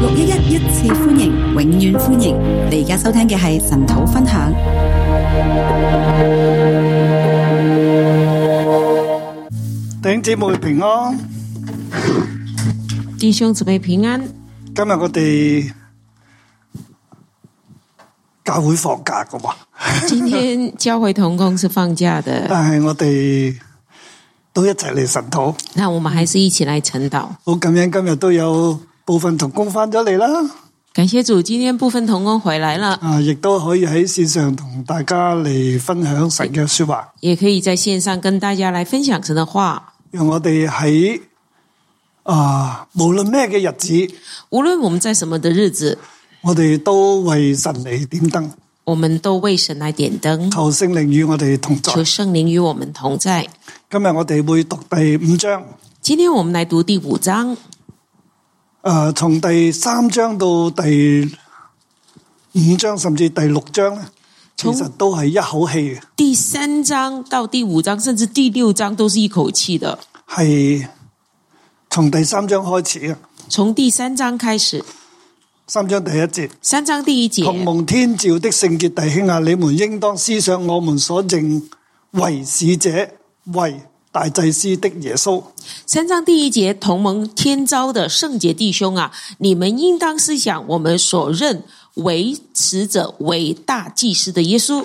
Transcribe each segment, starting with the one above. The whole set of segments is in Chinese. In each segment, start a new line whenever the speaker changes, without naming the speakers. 六一一一次歡迎，永遠歡迎！你而家收聽嘅係神土分享。
弟兄姊妹平安，
弟兄姊妹平安。
今日我哋教會放假噶嘛，
今天教會同工是放假 的，
但係我哋都一齊嚟神土，
那我们还是一起来晨祷。
好感恩今日都有部分同工翻咗嚟啦，
感谢主，今天部分同工回来了，
啊，亦都可以喺線上同大家嚟分享神嘅說話，
也可以在线上跟大家来分享神的话。
讓我哋喺 à, 啊無論咩嘅日子，
无论我们在什么的日子，
我哋都為神嚟點燈，
我们都为神来点灯，
求聖靈與我哋同在。
求圣灵与我们同在。
今日我哋會讀第五章。
今天我们来读第五章，
诶、呃从第三章到第五章，甚至第六章咧，其
從
實都係一口氣嘅，
第三章到第五章，甚至第六章都是一口气的，
係從第三章開始嘅。
从第三章开始。
三章第一節，
三章第一节，
同蒙天召的聖潔弟兄啊，你們應當思想我們所認為使者為大祭司的耶穌。
三章第一节，同盟天召的圣洁弟兄啊，你们应当思想我们所认为使者为大祭司的耶稣。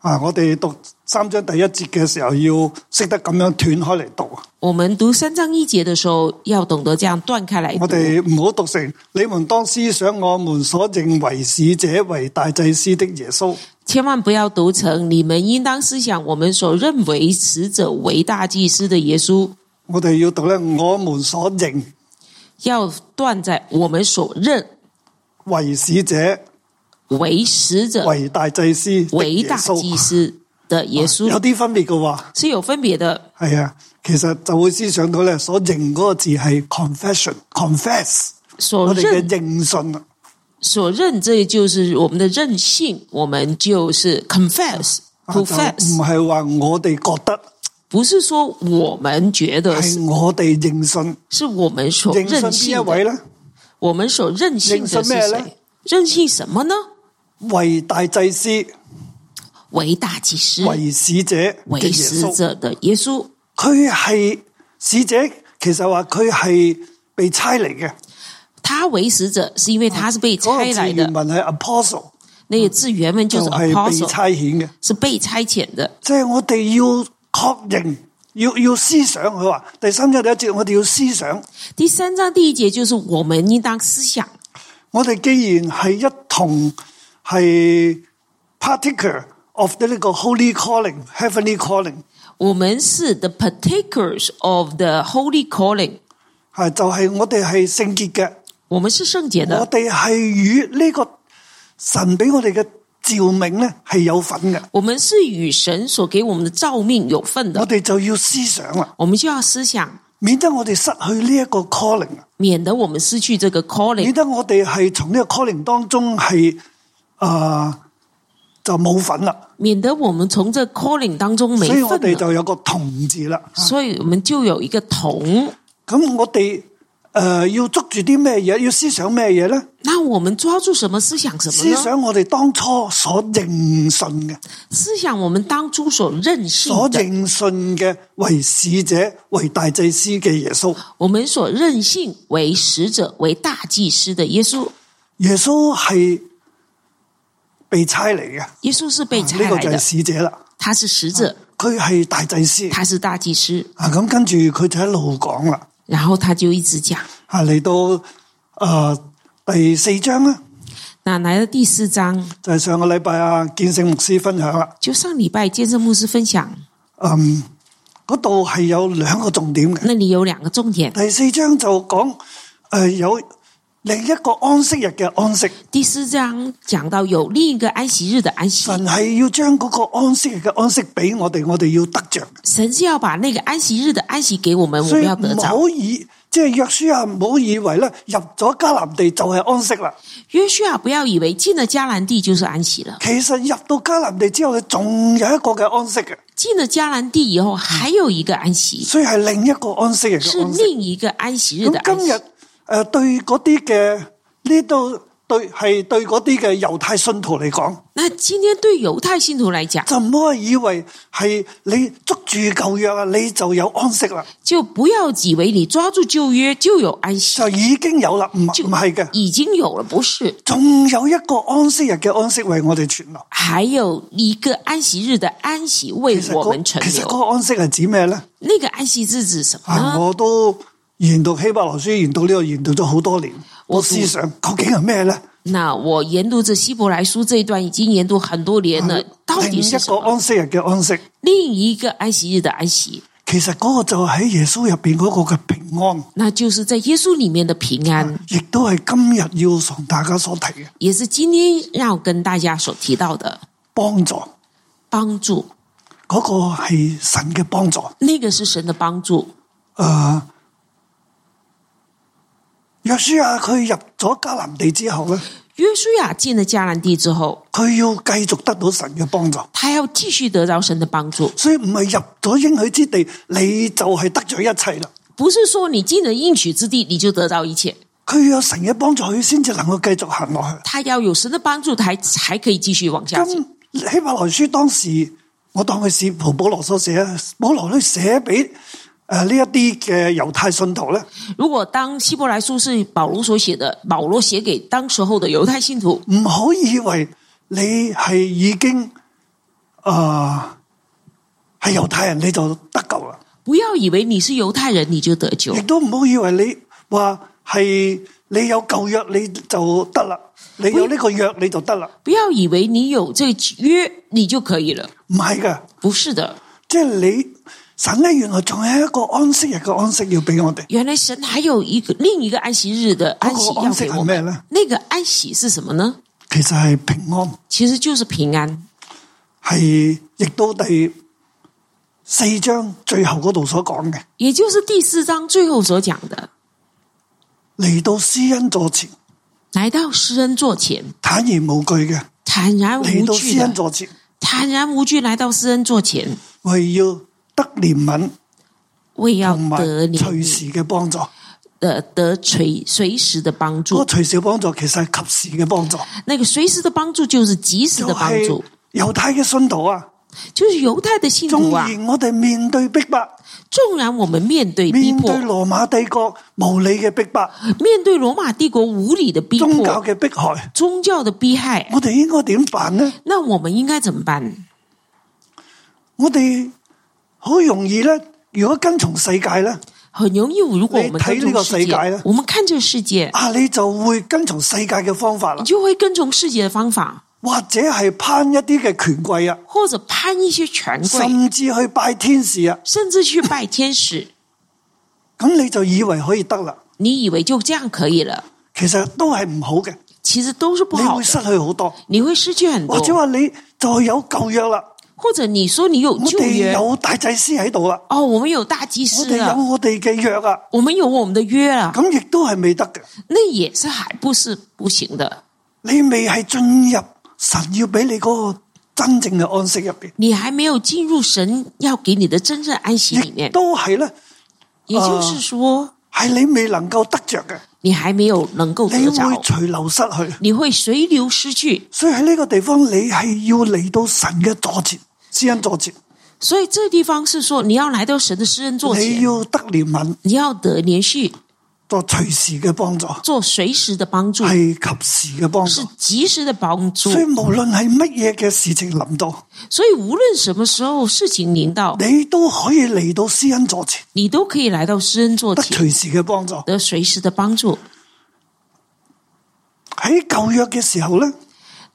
啊！我哋讀三章第一節嘅時候，要識得咁樣斷開嚟讀。
我们读三章一节的时候，要懂得这样断开来读
我。哋唔好讀成，你們當思想我們所認為使者為大祭司的耶穌。
千万不要读成你们应当思想我们所认为使者为大祭司的耶稣，
我哋要讀咧，我們所認
要断在我们所认
為使者
为使者
為大祭司的
为
耶
大祭
穌，
司的耶稣
有啲分別嘅喎。
是有分别的。
係啊，其實就會思想到咧，所認嗰個字係 confession，confess，
所
我哋
认
嘅認信啊。
所认，这就是我们的任性，我们就是 confess
啊就唔
confess，
係話我哋覺得，
不是说我们觉得是
係我哋認信，
是我们所
認信
任
邊一
性
位
的，
咧？
我们所任性的
认
是
信咩呢
谁？任性什么呢？
為大祭司、
为大祭司，
為使者嘅
为
耶
嗯使
穌，
者的耶稣，
佢係使者，其實話佢係被差嚟嘅。
他为使者是因为他是被差
嗰個字
来
原
的，
文係 apostle，
那个字原文就
就是哦係被
apostle，
差遣嘅。
是被差遣的。
即係我哋要確認，要要思想。佢話第三章第一節，我哋要思想。
第三章第一节就是我们应当思想，
我哋既然係一同係 particular of 呢個 holy calling、heavenly calling，
我们是 the partakers of the holy calling。
係啊就係我哋係聖潔嘅，
我们是圣洁
我
的，
哋係與呢個神俾我哋嘅照明咧係有份嘅，
我们是与神所给我们的照命有份
我
的，
哋就要思想啦，
我们就要思想，
免得我哋失去呢一個 calling，啊
免得我们失去这个
免
calling，
得我哋係從呢個 calling 當中係啊、呃就冇份啦。
免得我们从这 calling 当中没
所以我
份
哋
了。
就有啊個同字啦。
所以我们就有一个同，
咁我哋诶、呃要捉住啲咩嘢？要思想咩嘢咧？
那我们抓住什么思想什么
思
呢？
想我哋當初所認信嘅，
思想我们当初所任性
所
的，
認信嘅為使者、為大祭司嘅耶穌。
我们所任性为使者为大祭司的耶稣，
耶穌係被差嚟嘅，呢、
耶稣是被差
個
来
就係
的，
使者啦。
他是使
啊
者，
佢係大祭司
他是大祭司，
啊！咁跟住佢就一路講啦，
然后他就一直讲。
啊嚟到诶、呃第四章咧，
那来了第四章，
就係上個禮拜啊建聖牧師分享啦。
就上礼拜见证牧师分享，
嗯，嗰度係有兩個重點嘅。
那里有兩個重點。
第四章就講诶、呃有另一個安息日嘅安息，
第四章講到有另一個安息日的安息，
神係要將嗰個安息日嘅安息俾我哋，我哋要得着。
神是要把那個安息日的安息給我們，我
所
們
以
要得
唔
着。
好以即係約書亞唔好以為咧入咗迦南地就係安息啦。
約書亞不要以為進了迦南地就是安息了，
其實入到迦南地之後，佢仲有一個嘅安息嘅，
進了迦南地以後還有一個安息，
所以係另一個安息日
是
嘅安息。
另一個安息日的
咁
安
嗯今日
息
诶、呃、对嗰啲嘅呢度對係對嗰啲嘅猶太信徒嚟講，
那今天对犹太信徒来讲，
就唔可以以為係你捉住舊約啊，你就有安息啦，
就不要以为你抓住旧约就有安息，
就已經有啦。唔唔係嘅，
已经有了，不是？
仲有一個安息日嘅安息為我哋存留。
还有一个安息日的安息为
其實
我
嗰
们存
其實嗰
留。
個安息係指咩咧？
那个安息日指什么
啊，
呢？
我都研讀希伯來書，研讀呢個研讀咗好多年，
我
我思想究竟係咩咧？
那我研读这希伯来书这一段已经研读很多年了，到
另
底
一
是什
個
么？
安息日嘅安息，
另一个安息日的安息，
其實嗰個就係喺耶穌入边嗰個嘅平安。
那就是在耶稣里面的平安，
亦都系今日要同大家所提嘅
也是今天要跟大家所提到的
幫助，嗰、
帮助。
個係神嘅幫助。呃
那个是神的帮助。
诶、約書亞佢入咗迦南地之後咧，
约书亚进了迦南地之后，
佢要繼續得到神嘅幫助，
他要继续得到神的帮助，
所以唔係入咗應許之地，你就係得咗一切啦。
不是说你进了应许之地你就得到一切，
佢有神嘅幫助，佢先至能夠繼續行落去。
他要有神的帮助才才可以继续往下走。
咁希伯來書當時，我當佢是蒲保羅所寫，保羅咧寫俾诶呢一啲嘅猶太信徒咧。
如果当希伯来书是保罗所写的，保罗写给当时候的犹太信徒，
唔好以為你係已經啊係猶太人你就得救啦，
不要以为你是犹太人你就得救
亦，都唔好以為你話係你有舊約你就得啦，你有呢個約你就得啦，
不要以为你有这个约你就可以了，
唔係噶，
不是的。
即係你神咧原來仲有一個安息日嘅安息要俾我哋，
原来神还有一个另一个安息日的安息
嗰個
要
安息
给
係
我
咩
们，
咧？
那个安息是什么呢？
其實係平安，
其实就是平安。
係亦都第四章最後嗰度所講嘅，
也就是第四章最后所讲的，
嚟到施恩座前，
来到施恩座前，
坦然無懼嘅，
坦然
嚟
无
到
惧
施恩
的，
座前。
坦然无惧来到施恩座前，
为要得怜悯
为要
同埋
得怜
随
悯
时嘅帮助。
的得随随时的帮
嗰
助。
个随时嘅帮助其实系及时嘅帮助，
那个随时的帮助就是及时的帮助，
犹太嘅信徒啊，
就是犹太的信徒
纵
啊。
然我哋面对逼迫，
纵然我们面对逼
面
迫，
对罗马帝国无理嘅逼迫、
面对罗马帝国无理的逼
宗教
迫、
嘅迫害，
宗教的逼害，
我哋应该点办呢？
那我们应该怎么办？
我哋好容易咧，如果跟从世界咧，
很容易，如果我们
你睇呢
跟从
個
世
世
界
界呢，
我们看这个世界，
啊，你就会跟从世界嘅方法啦
你，就会跟从世界的方法。
或者系攀一啲嘅权贵啊，
或者攀一些权贵，
甚至去拜天使啊，
甚至去拜天使，
咁你就以为可以得啦。
你以为就这样可以了，
其實都係唔好嘅，
其实都是不
你
好
會失
的，
去好多，
你会失去很多
或。者話你就有舊約啦，
或者你说你有
我
旧
哋
约，
有大祭司喺度啦，
哦，我们有大祭
我
司
哋有
了，
我哋嘅約啊，
我们有我们的约了，
咁亦都係未得嘅，
那也是还不是不行的。
你未係進入神要俾你嗰個真正嘅安息入边，
你还没有进入神要给你的真正安息里
亦
面，
都係咧，
也就是说，
係你未能夠得着嘅，
你还没有能够
你會
得着，
隨流失去，
你会随流失去。
所以喺呢個地方你係要嚟到神嘅座前，施恩座前，
所以这地方是说，你要来到神的施恩座
你
前，
要得憐憫，
你要得连续
作隨時嘅幫助，
做随时的帮助，
係及時嘅幫
是
助。
及时的帮助
哎所。以無論係乜嘢嘅事情臨到，
所以无论什么时候事情临到，
你都可以嚟到施恩座前，
你都可以来到施恩座
得
前，
隨時嘅幫助。
得随时的帮助。
喺舊約嘅時候咧，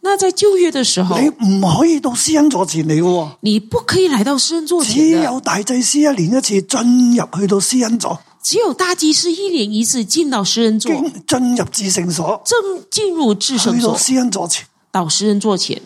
那在就业的时候，
你唔可以到施恩座前嚟嘅喎，
你不可以来到施恩座
只
前的，
有大祭司一年一次進入去到施恩座，
只有大祭司一年一次进到施恩座，
經進入至聖所，
正进入至圣
去到
所，
施恩座前。
到施恩座前。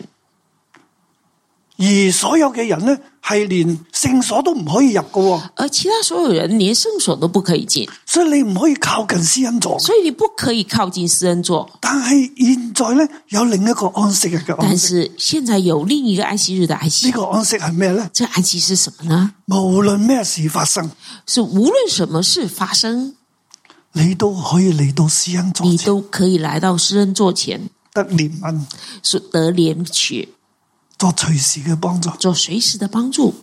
而所有嘅人咧，係連聖所都唔可以入嘅喎，
而其他所有人连圣所都不可以进，
所以你唔可以靠近施恩座。
所以你不可以靠近施恩座。
但係現在咧，有另一個安息日嘅安
但
息，
是现在有另一个安息日的安
呢、
息，
個安息係咩咧？
这安息是什么呢？
無論咩事發生。
是无论什么事发生，
你都可以嚟到施恩座
你
前
都可以来到施恩座前，
得憐憫，
是得怜取，
作隨時嘅幫助。
做随时的帮助。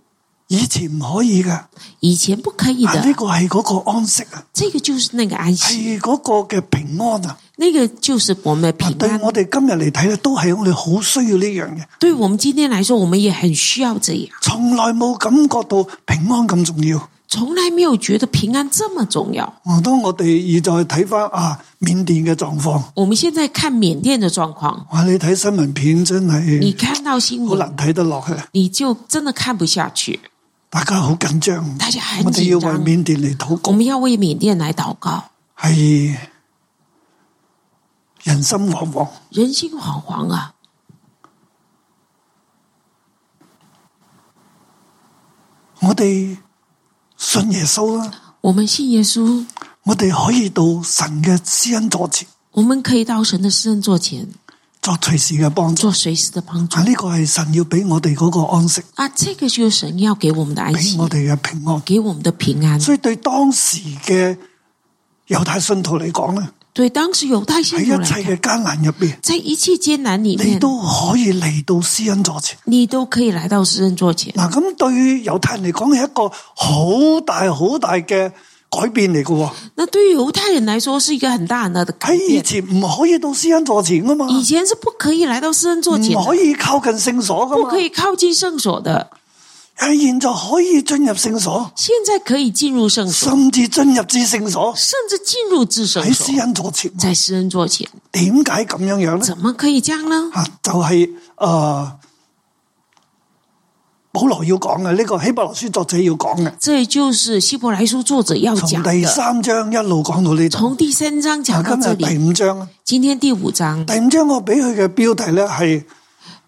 以前唔可以噶，
以前不可以
啊哎呢
的，
個係嗰個安息啊，
这个就是那个安息，
係嗰個嘅平安啊。
那个就是我们的
啊
平
對
安。
我哋今日嚟睇咧，都係我哋好需要呢樣嘢，
对我们今天来说，我们也很需要这样。
從來冇感覺到平安咁重要。
从来没有觉得平安这么重要。
啊當我哋而再睇翻啊緬甸嘅狀況，
我们现在看缅甸的状况，
哇！你睇新聞片真
你
係
看到新
嗯好
闻，
難睇得落去，
你就真的看不下去。
大家好緊張。
大家很
我哋要
緊張
為緬甸嚟禱
我
告，
们要为缅甸来祷告，
係人心惶惶。
人心惶惶啊！
我哋信耶穌啦，
我们信耶稣，
我哋可以到神嘅施恩座前
我们可以到神的施恩座前
作隨時嘅幫助。
做随时的帮助
啊！呢個係神要俾我哋嗰個安息，
啊！这个就是神要给我们的安
俾
息，
哎我哋嘅平安。
给我们的平安。
所以對當時嘅猶太信徒嚟講咧，
对当时犹太
喺
信徒
一
来
切
看，
嘅艱難入边，
在一切艰难里
你
面，
都可以嚟到施恩座前。
你都可以来到施恩座前。
嗱，咁對猶太人嚟講係一個好大好大嘅改變嚟嘅喎。
那对于犹太人来说，是一个很大很大的改
喺以
变。
前唔可以到施恩座前噶嘛，
以前是不可以来到施恩座前
唔
的，
可以靠近聖所噶
不
嘛
可。以靠近圣所的，
喺現在可以進入聖所，
现在可以进入圣所，
甚至進入至聖所，
甚至进入至圣
喺
所
施，恩座前。
在施恩座前，
點解咁樣樣咧？
怎么可以这样呢？
啊，就係呃保羅要講嘅呢個希伯來書作者要講嘅，
这就是希伯来书作者要
從
讲
第
的。
三章一路講到呢度。
从第三章讲
啊，
到
今
这
日第
里，
五章，啊
今天第五章，
第五章我俾佢嘅標題咧係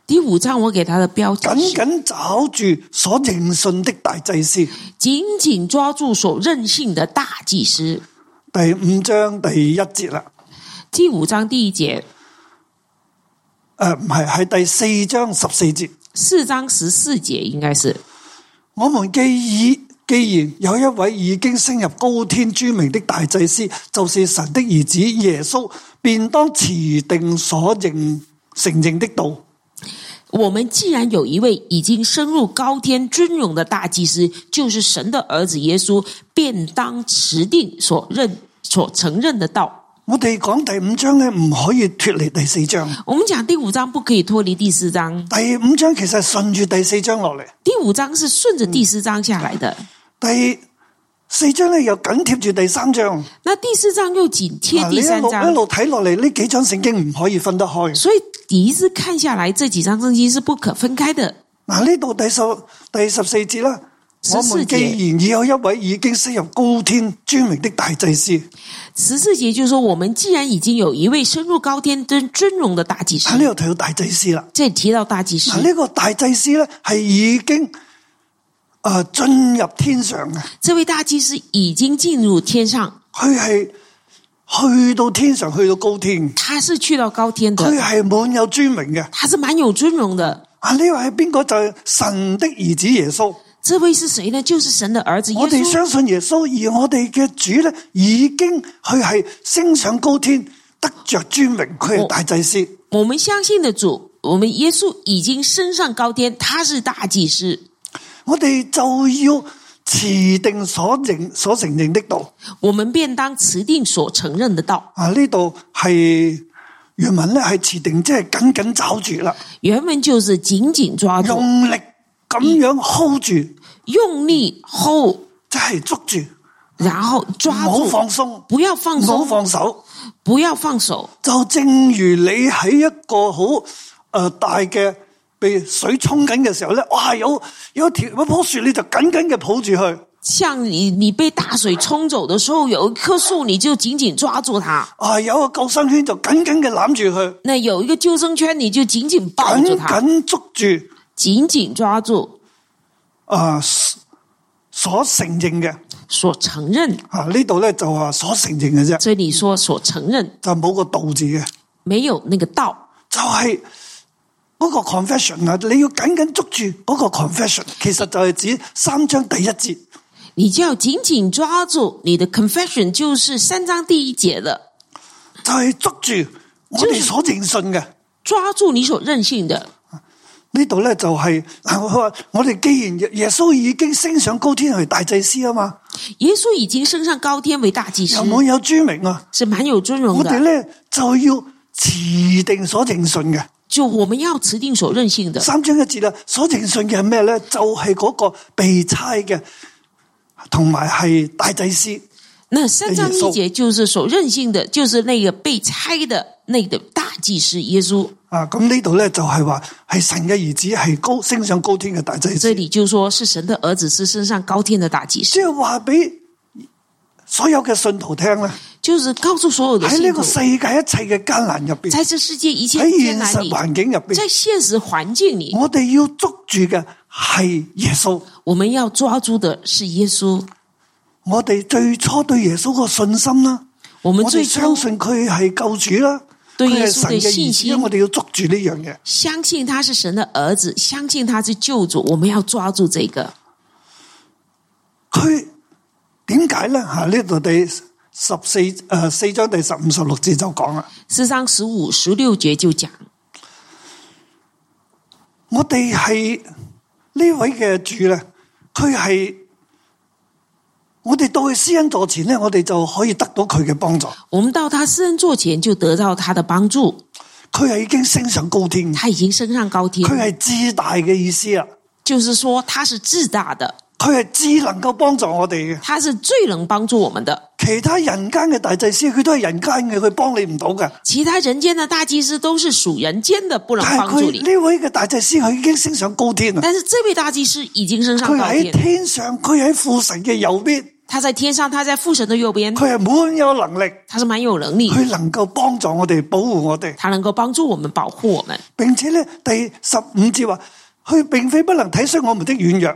第五章我给他的标题
緊
是
緊找住所認信的大祭司。
“紧紧抓住所任性的大祭司
第五章第一節啦，”。
第五章第一节，
诶呃唔係，係第四章十四節。
四章十四节应该是
我們既已既然有一位已經升入高天诸名的大祭司，就是神的兒子耶穌，便當持定所認承認的道。
我们既然有一位已经升入高天尊荣的大祭司，就是神的儿子耶稣，便当持定所认所承认的道。
我哋講第五章咧，唔可以脱離第四章。
我们讲第五章不可以脱离第四章，
第五章其實係順住第四章落嚟，
第五章是顺着第四章下来的，
第四章咧又緊貼住第三章。
那第四章又紧贴
嗱你一
第三
路一
章，
路睇落嚟，呢幾章聖經唔可以分得開。
所以你一直看下来，这几章圣经是不可分开的。
嗱，呢度第十第十四節啦，
十
我
四
們既
節
然已有一位已經升入高天尊名的大祭司，
十四节就是说，我们既然已经有一位升入高天尊尊荣的大祭司
喺，呢度提到大祭司啦。
这里提到大祭司
嗱，，呢個大祭司咧係已經诶进入天上嘅，
这位大祭司已经进入天上。
佢係去到天上，去到高天，
他是去到高天
佢
的，
係滿有尊名嘅。
他是蛮有尊荣的。
啊，呢位係邊個？就係神的兒子耶穌。
这位是谁呢？就是神的儿子耶
我哋
稣。
相信耶穌，而我哋嘅主咧已經佢係升上高天，得着尊名，佢係大祭司。
我们相信的主，我们耶稣已经升上高天，他是大祭司。
我哋就要持定所認所承認的道。
我们便当持定所承认的道。
啊，呢度係原文咧係持定，即係緊緊找住啦，
原文就是紧紧抓住，
用力咁樣 hold 住，
用力 hold，
即係捉住，
然后
唔
抓
好
住，
放鬆，
不要放
唔好
松，
放手。
不要放手。
就正如你喺一個好誒、呃大嘅被水沖緊嘅時候咧，哇有有一條有一棵樹你就緊緊嘅抱住佢，
像你，你被大水冲走的时候，有一棵树，你就紧紧抓住它；
啊有個救生圈就緊緊嘅攬住佢，
那有一个救生圈，你就紧紧抱住
緊
它，
緊捉住
紧紧抓住。
啊所所承認嘅
所承认，
啊呢度咧就話所承認嘅啫，
这里说所承认
就冇個道字嘅，
没有那个道，
就係、嗰個 confession 啊，你要緊緊捉住嗰個 confession，其實就係指三章第一節，
你就要紧紧抓住你的 confession，就是三章第一节的，
就係捉住我哋所認信嘅。
抓住你所任性的。
呢度咧就係 佢話我哋既然耶耶穌已經升上高天為大祭司啊嘛，
耶稣已经升上高天为大祭司
又，冇有尊名啊，
是蛮有尊荣
我哋
的。
咧就要持定所認信嘅。
就我们要持定所任性的，
三章一節啦，所認信嘅係咩咧？就係嗰個被差嘅，同埋係大祭司。
那三章
耶稣
一节就是所任性的，就是那个被拆的那个大祭司耶稣。
啊，咁呢度咧就係話係神嘅兒子係高升上高天嘅大祭
这
司，
里就说是神的儿子，是升上高天的大祭司
即，係話俾所有嘅信徒聽咧，
就是告诉所有的
喺呢
信徒
個，世界一切嘅艱難入边，
在这世界一切
喺
艰
現
难
實
里，
環境入边，
在现实环境里，
我哋要捉住嘅係耶穌。
我们要抓住的是耶稣。
我哋最初對耶穌個信心啦，
我们
我哋
最初
相信佢係救主啦，
對
佢係
耶穌
神嘅
嘅
兒
信
子，
心
我哋要捉住呢樣嘢。
相信他是神的儿子，相信他是救主，我们要抓住这个。
佢點解咧？吓呢度第十四诶四章第十五十六節就講啦，
四章十五、十六节就讲，
我哋係呢位嘅主咧，佢係我哋到去施恩座前咧，我哋就可以得到佢嘅幫助。
我们到他施恩座前就得到他的帮助，
佢係已經升上高天，
他已经升上高天
佢，係至大嘅意思啊！
就是说他是至大的，
佢係至能夠幫助我哋嘅。
他是最能帮助我们的。
其他人間嘅大祭司，佢都係人間嘅，佢幫你唔到嘅。
其他人间的大祭司都是属人间的，不能
但係
帮助
佢
你。
呢位嘅大祭司，佢已經升上高天啦。
但是这位大祭司已经升上
佢
高
喺
天，
天上，佢喺父神嘅右邊，
他在天上，他在父神的右边，
佢係滿有能力，
他是蛮有能力，
佢能夠幫助我哋、保護我哋，
他能够帮助我们、保护我们。
並且咧第十五節話：佢並非不能體恤我們的軟弱，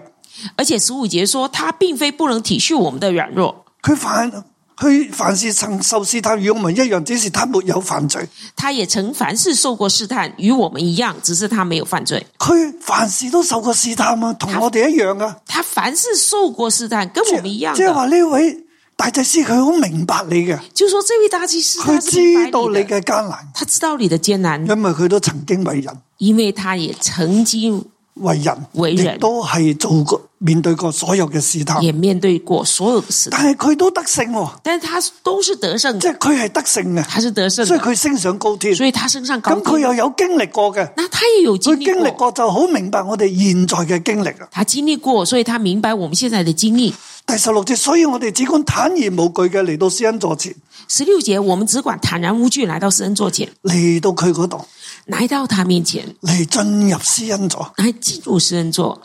而且十五节说，他并非不能体恤我们的软弱，
佢凡佢凡事曾受試探，與我們一樣，只是他沒有犯罪。
他也曾凡事受过试探，与我们一样，只是他没有犯罪。
佢凡事都受過試探啊，同我哋一樣啊。
他凡事受过试探，跟我们一样
即係
的。
話呢位大祭司佢好明白你嘅，
就说这位大祭司，
佢
他是明白
知道你
你的，
嘅艱難，
他知道你的艰难，
因為佢都曾經為人
因为他也曾经
為人，
為人
亦都係做過面對過所有嘅試探。
也面对过所有的试探，
但係佢都得勝喎，
但是他都是得胜
即
的，
係佢係得勝
他是得
嘅，
胜
所以
的，
佢升上高天。
所以他身上高
咁佢
天。
又有經歷過嘅，
那他也有经
佢
历
經歷過
过，
就好明白我哋現在嘅經歷啊。
他经历过，所以他明白我们现在的经历。
第十六節，所以我哋只管坦然無懼嘅嚟到施恩座前，
十六节，我们只管坦然无惧来到施恩座前，
嚟到佢嗰度
来到他面前，
嚟進入施恩座，
来进入施恩座，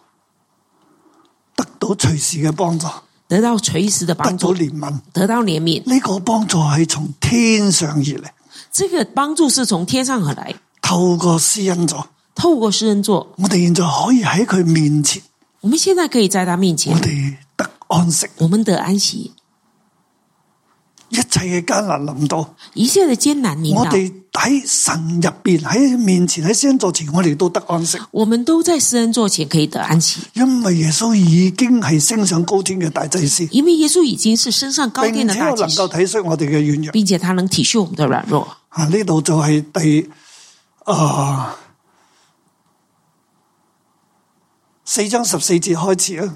得到隨時嘅幫助，
得到垂死的
得
帮
到
助，
憐憫。
得到怜悯。
呢、個幫助係從天上而嚟，
这个帮助是从天上而来，
透過施恩座，
透过施恩座，
我哋現在可以喺佢面前，
我们现在可以在他面
我
前，
哋得安息。
我们得安息。
一切嘅艱難臨到，
一切的艰难临
我
到，
哋喺神入边，喺面前，喺施恩座前，我哋都得安息，
我们都在施恩座前可以得安息，
因為耶穌已經係升上高天嘅大祭司，
因为耶稣已经是身上高天
並
的
且
大
又能
祭
夠
司，
體恤我哋嘅軟弱。
并且他能体恤我们的软弱。
啊，呢度就係第啊。四章十四節開始啊，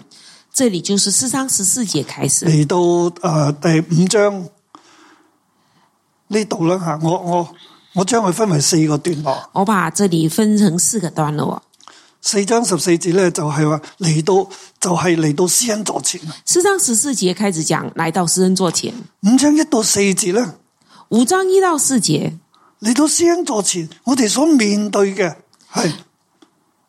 这里就是四章十四节开始，
嚟到誒、呃第五章呢度啦嚇，我我我將佢分為四個段落。
我把这里分成四个段落。
四章十四節咧就係話嚟到就係、嚟到施恩座前。
四章十四节开始讲，来到施恩座前；
五章一到四節咧
五章一到四节，
嚟到施恩座前，我哋所面對嘅係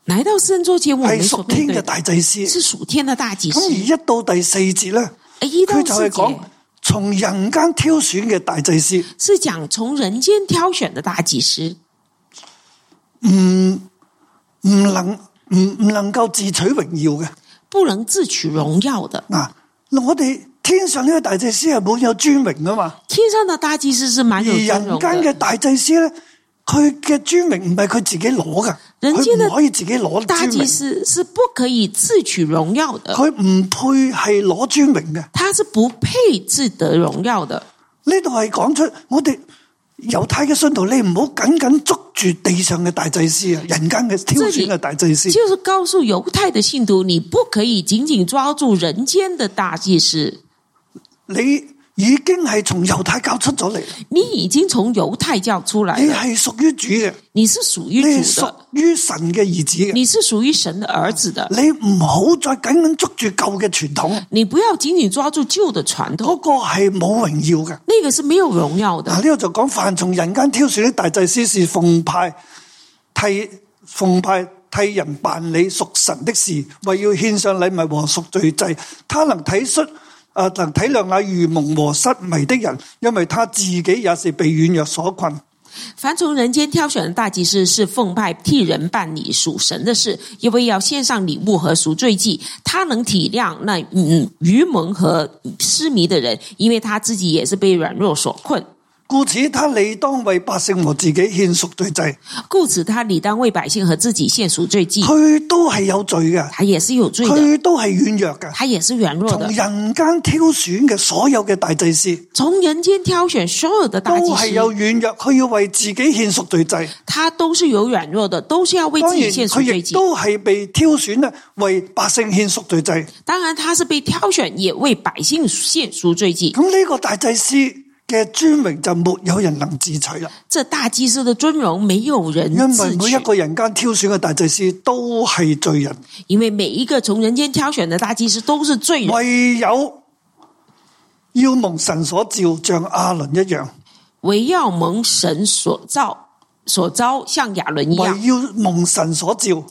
来到施恩座前，我
係
们所
屬
面
天
对
嘅大祭司。
是屬天的大祭司
咁。而一到第四節咧，
而一到
佢就
四
係講
节
從人間挑選嘅大祭司，
是讲从人间挑选的大祭司，
唔能唔唔能夠自取榮耀嘅
不能自取荣耀的。
嗱。我哋天上呢個大祭司係滿有尊榮噶嘛。
天上的大祭司是蛮
而
有尊
人
荣
間
的，
嘅大祭司咧，佢嘅尊名唔係佢自己攞噶，
人間
佢
嘅
唔可以自己攞
大
尊
祭
名，
司是不可以自取荣耀的，
佢唔配係攞尊名嘅。
他是不配自得荣耀的。
呢度係講出我哋猶太嘅信徒，你唔好緊緊捉住地上嘅大祭司啊，人間嘅挑選嘅大祭司。
就是告诉犹太的信徒，你不可以紧紧抓住人间的大祭司，
你已經係從猶太教出咗嚟，
你已经從猶太教出來
你
了，
係屬於主嘅，
你是屬
你
於
係屬
主的，
於神嘅兒子嘅。
你是屬於神的兒子的，
你唔好再緊緊捉住舊嘅傳統，
你不要緊緊抓住舊的傳
嗰、
統，
個係冇榮耀嘅。
那個是沒有榮耀
嗱，
的。
呢度就講凡從人間挑選的大祭司是奉派替奉派替人辦理屬神的事，為要獻上禮物和贖罪祭。他能體恤。啊！能體諒那愚蒙和失迷的人，因為他自己也是被軟弱所困。
凡從人間挑選的大祭司是奉派替人辦理屬神的事，因为要獻上禮物和贖罪祭。他能體諒那嗯愚蒙和失迷的人，因為他自己也是被軟弱所困。
故此，他理當為百姓和自己獻贖罪祭。
故此，他理当为百姓和自己献赎罪祭，
佢都係有罪嘅，
他也是有嗯罪的，
佢都係軟弱嘅。
他也是软弱
從
的。
人間挑選嘅所有嘅大祭司，
从人间挑选所有的
都
大祭
係有
司，
軟弱，佢要為自己獻贖罪祭。
他都是有软弱的，都是要为自
當然，
己献赎
佢
罪
亦
祭。
都係被挑選咧，為百姓獻贖罪祭。
当然，他是被挑选，也為百姓献赎罪祭。
咁呢個大祭司嘅尊名就沒有人能自取啦，
这大祭司的尊荣没有人
因為
自
每
取
一，個人間挑選嘅大祭司都係罪人，
因为每一个从人间挑选的大祭司都是罪人，
唯有要蒙神所召，像亞倫一樣，
唯要蒙神所造，所招像亚伦一
唯
样，
要蒙神所召，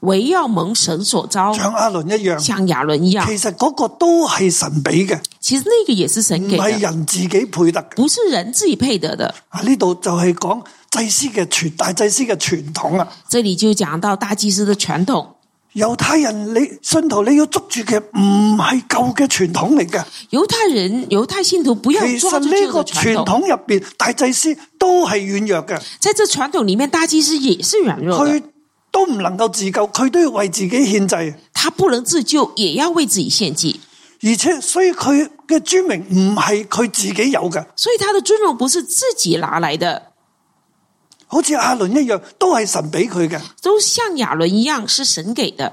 唯要蒙神所招
像亞倫一樣。
嗯像亚伦一样。
其實嗰個都係神俾嘅，
其实那个也是神
唔
给
係
的，
人自己配得嘅。
不是人自己配得的。
啊！呢度就係講祭司嘅傳大祭司嘅傳統啊。
这里就讲到大祭司的传统，
猶太人你信徒你要捉住嘅唔係舊嘅傳統嚟嘅，
犹太人、犹太信徒不要
其實
抓住
呢
这
個
个
傳
传统，
統入边，大祭司都係軟弱嘅，
在这传统里面，大祭司也是软弱的，
佢都唔能夠自救，佢都要為自己獻祭，
他不能自救，也要为自己献祭，
而且所以佢嘅尊名唔係佢自己有嘅，
所以他的尊荣不是自己拿来的，
好似亞倫一樣，都係神俾佢嘅。
都像亚伦一样是神给的。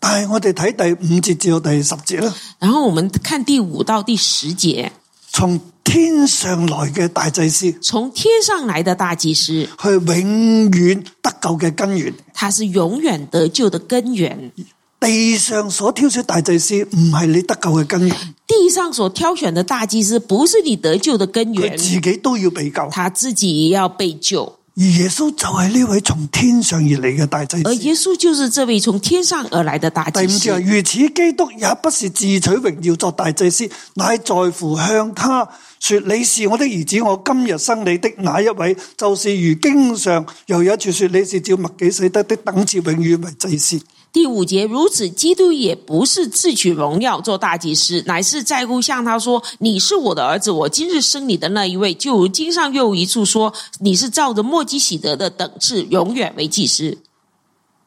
但係我哋睇第五節至到第十節啦，
然后我们看第五到第十节，
從天上來嘅大祭司。
从天上来的大祭司，
佢永遠得救嘅根源。
他是永远得救的根源。
地上所挑選大祭司唔係你得救嘅根源，
地上所挑选的大祭司不是你得救的根
佢
源，
自己都要被救。而
他自己也要被救。
耶穌就係呢位從天上而嚟嘅大祭
而
司。
哦耶稣就是这位从天上而来的大
第五
祭
節話：
司。
如此基督也不是自取榮耀作大祭司，乃在乎向他說：你是我的兒子，我今日生你的那一位，就是如經上又有一處說：你是照麥己洗德的等次，永遠為祭司。
第五节，如此基督也不是自取荣耀做大祭司，乃是在乎向他说：“你是我的儿子，我今日生你的那一位。”就如经上又有一处说：“你是照着莫基喜德的等次，永远为祭司。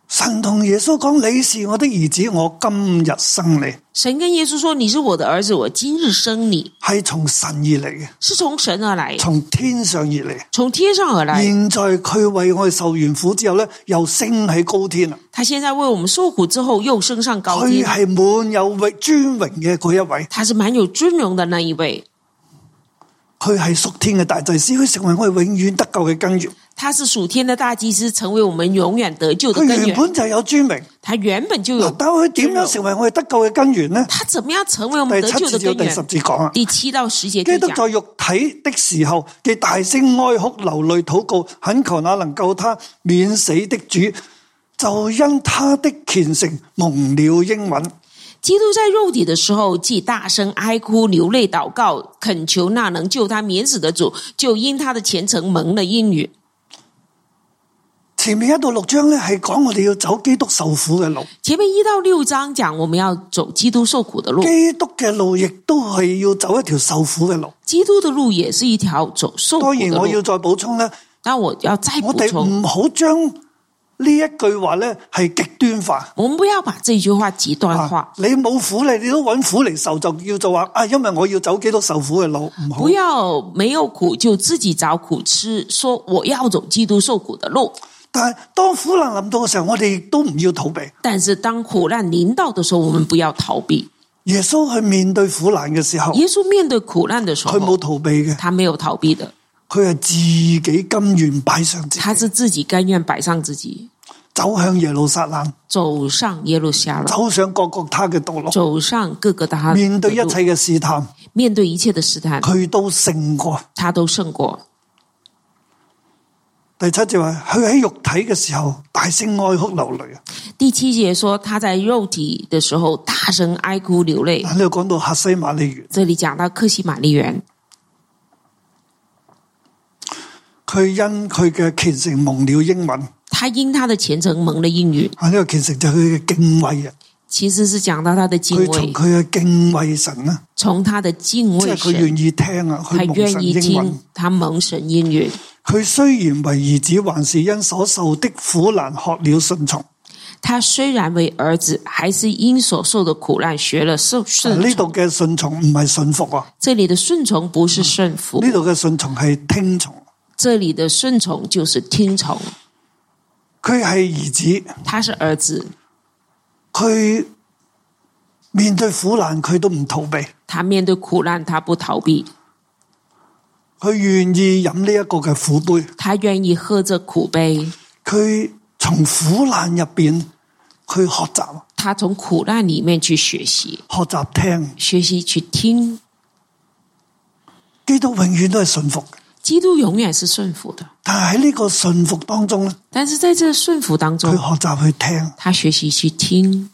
神同耶穌講：你是我的兒子，我今日生你。”
神跟耶稣说：“你是我的儿子，我今日生你。
係從神而嚟嘅，”
是从神而来，
從天上而嚟。
从天上而来。
現在佢為我哋受完苦之後咧，又升喺高天啦。
他现在为我们受苦之后，又升上高
佢
天。
係滿有榮尊榮嘅嗰一位，
他是蛮有尊荣的那一位，
佢係屬天嘅大祭司，佢成為我哋永遠得救嘅根源。
他是属天的大祭司，成为我们永远得救的
佢
根
原
源。嗯
本就有尊榮，
他原本就
嗱
有，
但佢點樣成為我哋得救嘅根源呢？
他怎么样成为我
第
们得
七
救的
節至
根
到第十
源？
節講啊。
第七到十节
基
就
督在
讲，
肉體的時候，既大聲哀哭、流淚、禱告，懇求那能救他免死的主，就因他的虔誠蒙了應允。
基督在肉体的时候，既大声哀哭、流泪祷告，恳求那能救他免死的主，就因他的虔诚蒙了应允。
前面一到六章咧，係講我哋要走基督受苦嘅路，
前面一到六章讲我们要走基督受苦的路，
基督嘅路亦都係要走一條受苦嘅路。
哦基督的路也是一条走受苦
當然，
的
我要
路。
再補充咧，
那我要再补
我嗯哋
充，
唔好將呢一句話咧係極端化。
我们不要把这句话极端
啊
化，、
你冇苦你，你都揾苦嚟受，就叫做話啊，因為我要走基督受苦嘅路，唔好
不。要没有苦就自己找苦吃，说我要走基督受苦的路。
但係當苦難臨到嘅時候，我哋亦都唔要逃避。
但是当苦难临到的时候，我们不要逃避。
耶穌去面對苦難嘅時候，
耶稣面对苦难的时
佢
候
冇，逃避嘅，
他没有逃避的，
佢係自己甘願擺上自
他
己，
是自己甘愿摆上自己，
走向耶路撒冷，
走上耶路撒冷，
走上各各他嘅道路，
走上各个他
面對一切
的路
嘅試探，
面对一切的试探，
佢都勝過。
他都胜过。
第七節話：佢喺肉體嘅時候大聲哀哭流淚啊！
第七节说他在肉体的时候大声哀哭流泪。
啊嗱，呢度講到客西馬利園，
这里讲到克西玛丽园，
佢因佢嘅虔誠蒙了英文
他因他的虔诚蒙了应允，
啊！呢、個虔誠就係佢嘅敬畏啊！
其实是讲到他的敬
佢從
畏，
佢嘅敬畏神啊，
从他的敬
即
畏
係佢
神，
願意聽啊，
他
佢蒙
愿
神
意
英文
听。，他蒙神应允。
佢雖然為兒子，還是因所受的苦難學了順從。
他虽然为儿子，还是因所受的苦难学了顺顺
啊呢
从。
度嘅順從唔係信服啊，
这里的顺从不是顺服，
呢度嘅順從係聽從。
这里的顺从就是听从。
佢係兒子，
他是儿子，
佢面對苦難佢都唔逃避，
他面对苦难他不逃避，
佢願意飲呢一個嘅苦杯。
他愿意喝这苦杯。
佢從苦難入邊去學習，
他从苦难里面去学习，
學習聽。
学习去听。
基督永遠都係信服嘅，
基督永远是顺服的，
但係喺呢個信服當中咧，
但是在这顺服当
佢
中，
學習去聽，
他学习去听，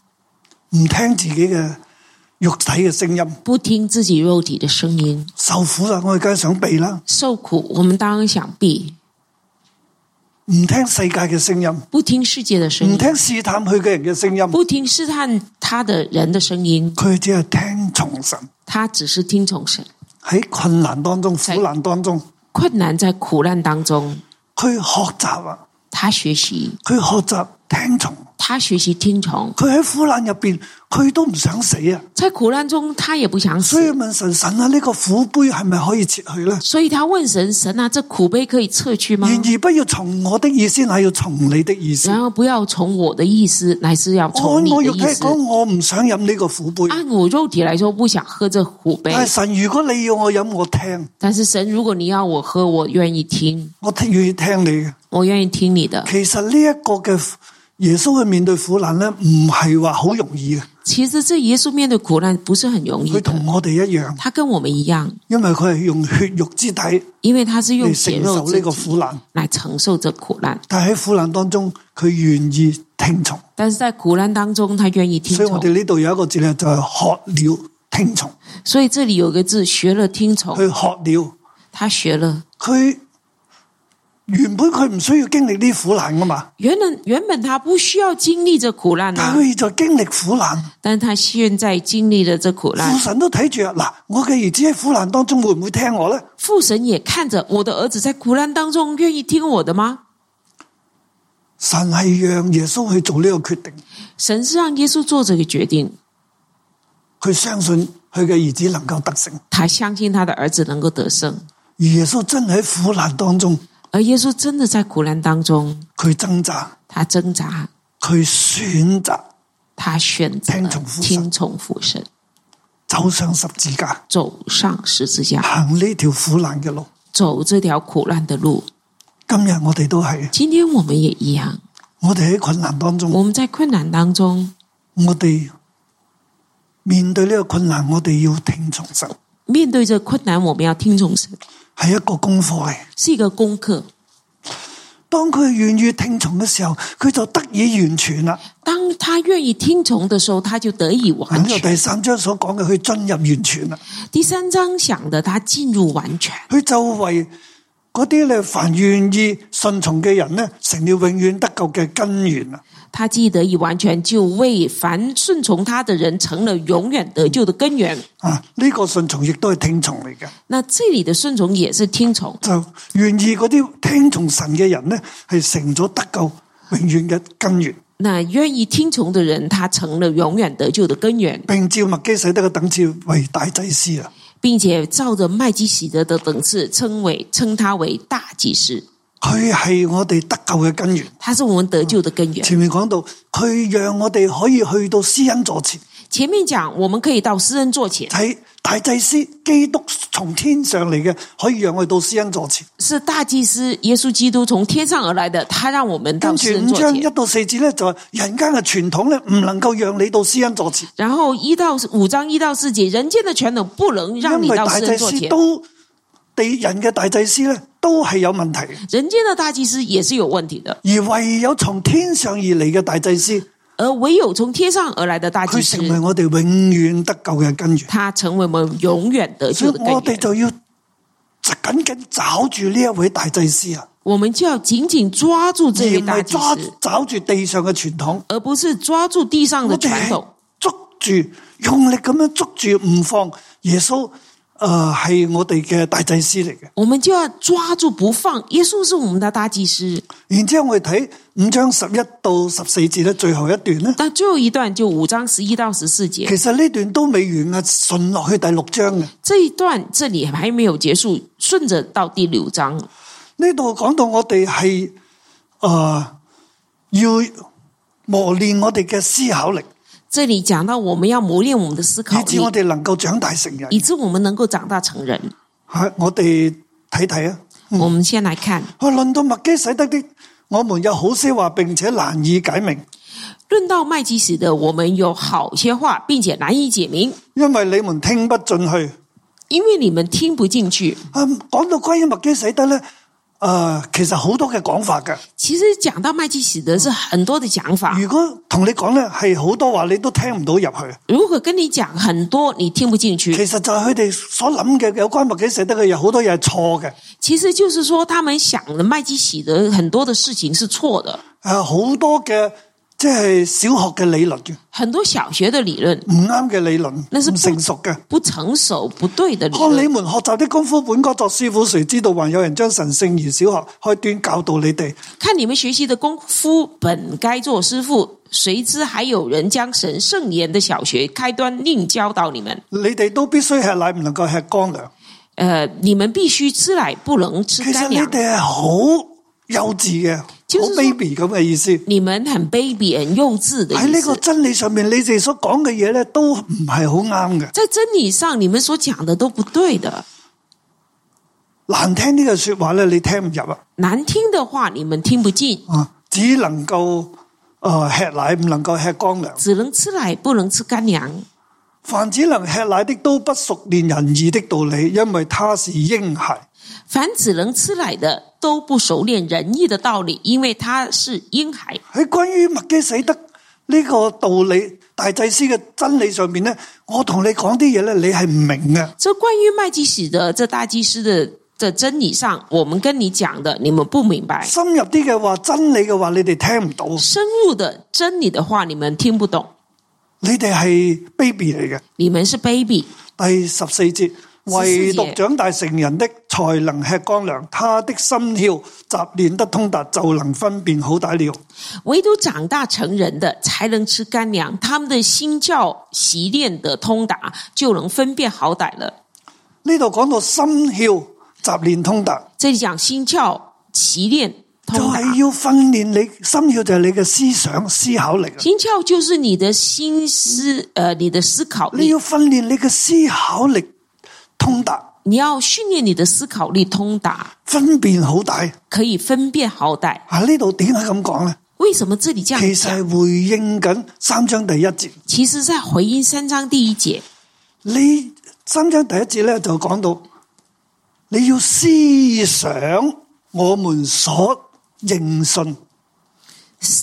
唔聽自己嘅肉體嘅聲音。
不听自己肉体的声音。
受苦啦，我哋梗係想避啦，
受苦，我们当然想避，
唔聽世界嘅聲音，
不听世界的声
唔
音，
聽試探佢嘅人嘅聲音，
不听试探他的人的声音，
佢只係聽從神。
他只是听从神。
喺困難當中、
係
苦難當中，
困難在苦难当中，
佢學習啊，
他学习，
佢學習聽從。
他学习听从，
佢喺苦難入邊，佢都唔想死啊！
在苦难中他也不想
所以
死，
問神神啊，呢、個苦杯係咪可以撤去呢？
所以他问神：神啊，这苦杯可以撤去吗？
然而不要從我的意思，乃要從你的意思。
然而不要从我的意思，乃是要
我
嗯从你
哦我
的
肉體
意思。啊
講，我唔想飲呢個苦杯。
按我肉体来说，不想喝这苦杯。
但係神，如果你要我飲，我聽，
但是神，如果你要我喝，我愿意听，
我聽願意聽你嘅。
我愿意听你的。
其實呢一個嘅耶穌去面對苦難呢，唔係話好容易嘅。
其实这耶稣面对苦难不是很容易
佢
的，
同我哋一樣，
他跟我们一样，
因為佢係用血肉之體
因为他是用
嚟
血
承
肉
受呢
之
個
体
苦難。
来承受这苦难，
但喺苦難當中，佢願意聽從。
但是在苦难当中，他愿意听
所以
从
我。哋呢度有一個字咧，就係學了聽從。
所以这里有个字，学了听从，
佢學了。
他学了。
佢原本佢唔需要經歷呢苦難噶嘛，
原本原本他不需要经历这苦难
但
啊
係，佢就經歷苦難，
但是他现在经历了这苦难
父，神都睇住啊！嗱，我嘅兒子喺苦難當中會唔會聽我咧？
父神也看着我的儿子在苦难当中愿意听我的吗？
神係讓耶穌去做呢個決定，
神是让耶稣做这个决定，
佢相信佢嘅兒子能夠得勝，而
他相信他的儿子能够得胜，
耶穌真係喺苦難當中，
而耶稣真的在苦难当中，
佢掙扎，
他挣扎，
佢選擇
他选择
听从父神
听从父神，
走上十字架，
走上十字架，
行呢條苦難嘅路。
走这条苦难的路。
今日我哋都係，
今天我们也一样，
我哋喺困難當中，
我们在困難当中
我哋面對呢個困難，我哋要聽從神。
面对这困难，我们要听从神，
系一个功课嚟。
是一个功课。
当佢愿意听从嘅时候，佢就得以完全啦。
当他愿意听从的时候，他就得以
呢
完
个
全。
第三章所讲嘅，佢进入完全啦，
第三章讲的，他进入完全，
佢就为嗰啲咧凡願意順從嘅人咧，成了永遠得救嘅根源啊！
他既得以完全，就为凡顺从他的人成了永远得救的根源。
啊，呢、個順從亦都係聽從嚟嘅，
那这里的顺从也是听从，
就願意嗰啲聽從神嘅人咧，係成咗得救永遠嘅根源。
那愿意听从的人，他成了永远得救的根源，
並照麥基洗德嘅等次為大祭司啊！
并且照着麦基洗德的等次称为称他为大祭司，
佢係我哋得救嘅根源。
他是我们得救的根源。
前面講到，佢讓我哋可以去到施恩座前，
前面讲，我们可以到施恩座前，
睇大祭司基督從天上嚟嘅，可以讓我哋到施恩座前。
是大祭司耶稣基督从天上而来的，他让我们到
跟
施
住
恩
五
座
章一
前。
到四節咧，就係人間嘅傳統咧，唔能夠讓你到施恩座前，
然后一到五章一到四节，人间的传统不能让
因
你
為
到
大
施
祭
恩座
司
前。
都地人嘅大祭司咧，都係有問題嘅。
人间的大祭司也是有问题的，
而唯有從天上而嚟嘅大祭司，
而唯有从天上而来的大祭
佢成為
司，
我哋永遠得救嘅根源。
他成为我们永远得
所
救
以
的
我
根
哋就
源。
要緊緊找住呢一位大祭司啊！
我们就要紧紧抓住
而
这位
唔
大
係
祭
抓
司，
找住地上嘅傳統，
而不是抓住地上的
我哋
传
係
统。
捉住，用力咁樣捉住唔放。耶穌诶係我哋嘅大祭司嚟嘅。
我们就要抓住不放。耶稣是我们的大祭司。
然之後我哋睇五章十一到十四節咧，最後一段咧，
但最后一段就五章十一到十四节，
其實呢段都未完啊，順落去第六章嘅。
这一段这里还没有结束，顺着到第六章，
呢度講到我哋係诶要磨練我哋嘅思考力，
这里讲到我们要磨练我们的思考
以
力
致，我哋能夠長大成人。
以致我们能够长大成人。
吓，我哋睇睇啊。
我们先来看，
佢論到麥基洗德的，我們有好些話並且難以解明，
论到麦基洗德，我们有好些话，并且难以解明，
因為你們聽不進去。
因为你们听不进去。
啊，講到關於麥基洗德咧，诶、其實好多嘅講法嘅。
其实讲到麦基洗德是很多的讲法，
如果同你講咧，係好多話你都聽唔到入去。
如果跟你讲很多，你听不进去。
其實就係佢哋所諗嘅有關麥基洗德嘅嘢，好多嘢係錯嘅。
其实就是说，他们想的麦基洗德很多的事情是错的，
诶、啊好多嘅即係小學嘅理論嘅，
很多小学的理论
唔啱嘅理論，
那是
唔
不
成熟嘅。
不成熟、不对的理
看你
论。
們學習的功夫，本該作師傅，誰知道還有人將神聖而小學開端教導你哋。
看你们学习的功夫，本该做师傅，谁知还有人将神圣言的小学开端另教导你们。
你哋都必須吃奶，唔能夠吃乾糧。
呃，你们必须吃奶，不能吃
其實
干
你
粮。
哋係好幼稚嘅，
就是
好
說
baby 咁嘅意思。
你们很卑鄙、很幼稚的
喺
意
呢個
思。
真理上面，你哋所講嘅嘢咧，都唔係好啱嘅。
在真理上，你们所讲的都不对的，
難聽呢個说話咧，你聽唔入啊！
难听的话你们听不进，
啊，只能夠诶、呃吃奶，唔能夠吃乾糧。
只能吃奶，不能吃干粮。
凡只能吃奶的，都不熟練仁義的道理，因為他是嬰孩。
凡只能吃奶的，都不熟练仁义的道理，因为他是婴孩。
喺關於麥基洗德呢個道理、大祭司嘅真理上面咧，我同你講啲嘢咧，你係唔明嘅。
这关于麦基洗德这大祭司的的真理上，我们跟你讲的，你们不明白；
深入啲嘅話，真理嘅話，你哋聽唔到，
深入的真理的话，你们听不懂，
你哋係 baby 嚟嘅。
你们是 baby。
第十四節，唯獨長大成人的才能吃乾糧，他的心竅習練得通達，就能分辨好歹了。
唯独长大成人的才能吃干粮，他们的心教习练的通达，就能分辨好歹了。
呢度講到心竅習練通達，
这里讲心教习练
就
通达，
係要訓練你心竅，就係你嘅思想思考力啊。
心窍就是你的心思，呃，你的思考
你
力
要，訓練你嘅思考力通達，
你要训练你的思考力通达，
分辨好歹。
可以分辨好歹。
啊，呢度點解咁講呢？
为什么这里这样
其
讲？
實係回應緊三章第一節。
其实在回应三章第一节，
你三章第一節咧就講到，你要思想我們所認信，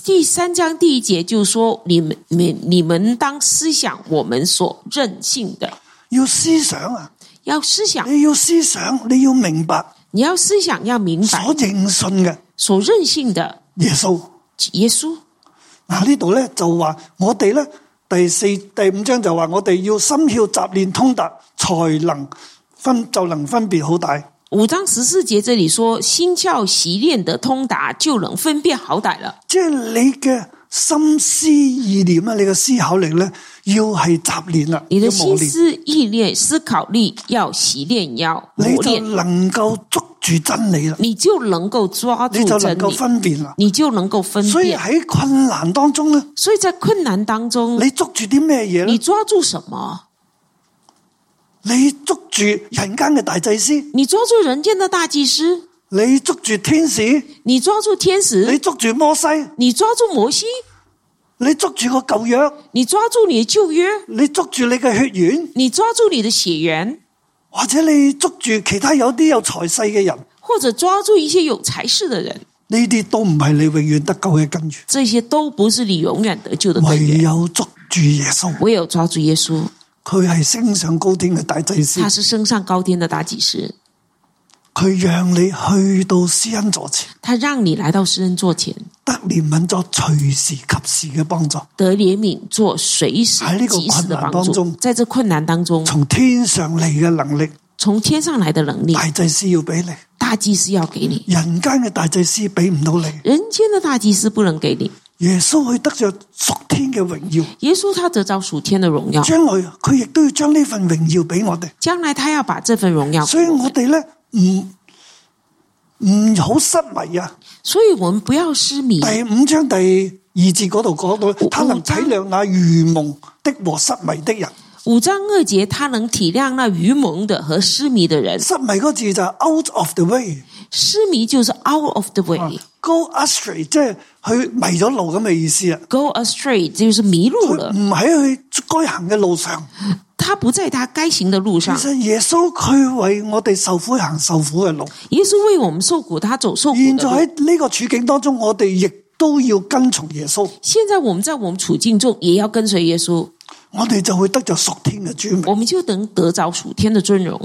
第三章第一节就说：你们、你们、你们当思想我们所任性的，
要思想啊！
要思想，
你要思想，你要明白，
你要思想要明白
所認信嘅
所任性的
耶穌。
耶稣。
嗱呢度咧就話我哋咧第四第五章就話我哋要心竅雜念通達，才能分就能分別好歹。
五章十四节这里说，心窍习练的通达，就能分辨好歹了。
即係你嘅心思意念啊，你嘅思考力咧要係雜念啦，
你
要
的
磨
心
練，
思意念、思考力要习练，要
你
磨
就
练，
能夠捉住真理啦，
你就能够抓
你
住
就能
真
夠
理，
分辨啦。
你就能够分
所以
辨。
喺困難當中咧，
所以在困难当中，
你捉住啲咩嘢
嗯你
咧？
抓住什么？
你捉住人間嘅大祭司，
你抓住人间的大祭司，
你捉住天使，
你抓住天
你
使，
捉住摩西，
你抓住摩西，
你捉住個舊約。
你抓住你的旧约，
你捉住你嘅血緣，
你抓住你的血缘，
或者你捉住其他有啲有財勢嘅人，
或者抓住一些有才识的人，
呢啲都唔係你永遠得救嘅根源。
这些都不是你永远得救的根
唯
源。
有捉住耶穌，
唯有抓住耶
嗯
稣，
佢係升上高天嘅大祭司
他，是升上高天的大祭司，
佢讓你去到施恩座前，
他让你来到施恩座前，
得憐憫作隨時及時嘅幫助，
得怜悯，做随时
喺呢個
及时的
困難
帮
當
助
中。
在这困难当中，
從天上嚟嘅能力，
从天上来的能力，
大祭司要俾你，
大祭司要给你，
人間嘅大祭司俾唔到你。
人间的大祭司不能给你。
耶穌佢得着屬天嘅榮耀，
耶稣他得着属天的荣耀，
將來佢亦都要將呢份榮耀俾我哋。
将来他要把这份荣耀给
所以
我
我
们。
哋咧唔唔好失迷啊！
所以我们不要失迷。
第五章第二節嗰度講到，
嗯我
他能體諒那愚蒙的和失迷的人。
五章二节，他能体谅那愚蒙的和失迷的人。
失迷嗰字就係 out of the way，
失迷就是 out of the
啊
way。
go astray，即係佢迷咗路咁嘅意思啊！
Go astray 就是迷路
佢
了，
唔喺佢該行嘅路上。
他不在他该行的路
其
上。
實耶穌佢為我哋受苦行受苦嘅路。
耶稣为我们受苦，他走受苦
現
的
在
路。
喺呢個處境當中，我哋亦都要跟從耶穌，
现在我们在我们处境中，也要跟随耶稣，
我哋就會得着屬天嘅尊榮。
我们就能得着属天的尊荣。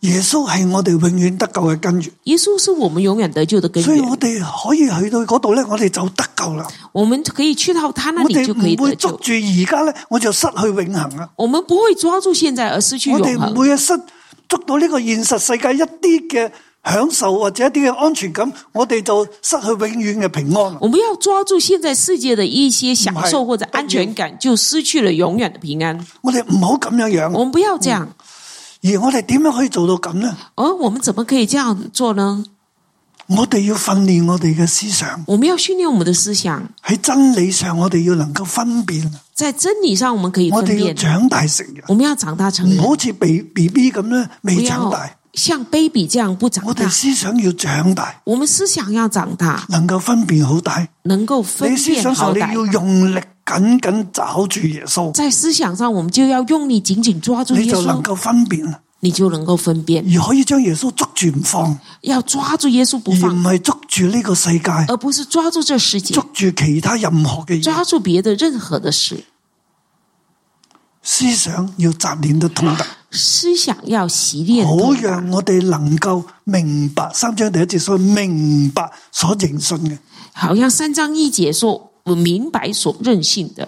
耶穌係我哋永遠得救嘅根源。
耶稣是我们永远得救的根
所以我
源，
哋可以去到嗰度咧，我哋就得救啦。
我们可以去到他那
我
里
哋
就可以
唔
得
會捉
救。
住而家咧，我就失去永恒啊！
我们不会抓住现在而失去
我哋唔
永恒，
會失捉到呢個現實世界一啲嘅享受或者一啲嘅安全感，我哋就失去永遠嘅平安啦。
我们要抓住现在世界的一些享受或者安全感，就失去了永远的平安。
我哋唔好咁樣樣，
我们不要这样，
嗯而我哋點樣可以做到咁呢？
而我们怎么可以这样做呢？
我哋要訓練我哋嘅思想
我们要训练我们的思想，
喺真理上，我哋要能夠分辨，
在真理上我们可以
我
分
哋要
辨，
長大成人，
我们要长大成
唔
人，
好似 B B B 咁咧
不
未長
要
大。
像 baby 这样不长
我
大
哋。思想要長大，
我们思想要长大，
能夠分辨好歹。
能够
你
分
思
辨
想上
好
你要
歹。
用力緊緊抓住耶穌，
在思想上，我们就要用力紧紧抓住
你
耶
就能
稣，
夠分辨啦，
你就能够分辨，
而可以將耶穌捉住唔放，
要抓住耶稣不
而唔
放，
係捉住呢個世界，
而不是抓住这世界
捉，住其他任何嘅嘢。
抓住别的任何的事。
思想要雜念得通達，
啊思想要习练
好
通达，
讓我哋能夠明白三章第一節所謂明白所認信嘅。
好像三章一节说：“我明白所任性的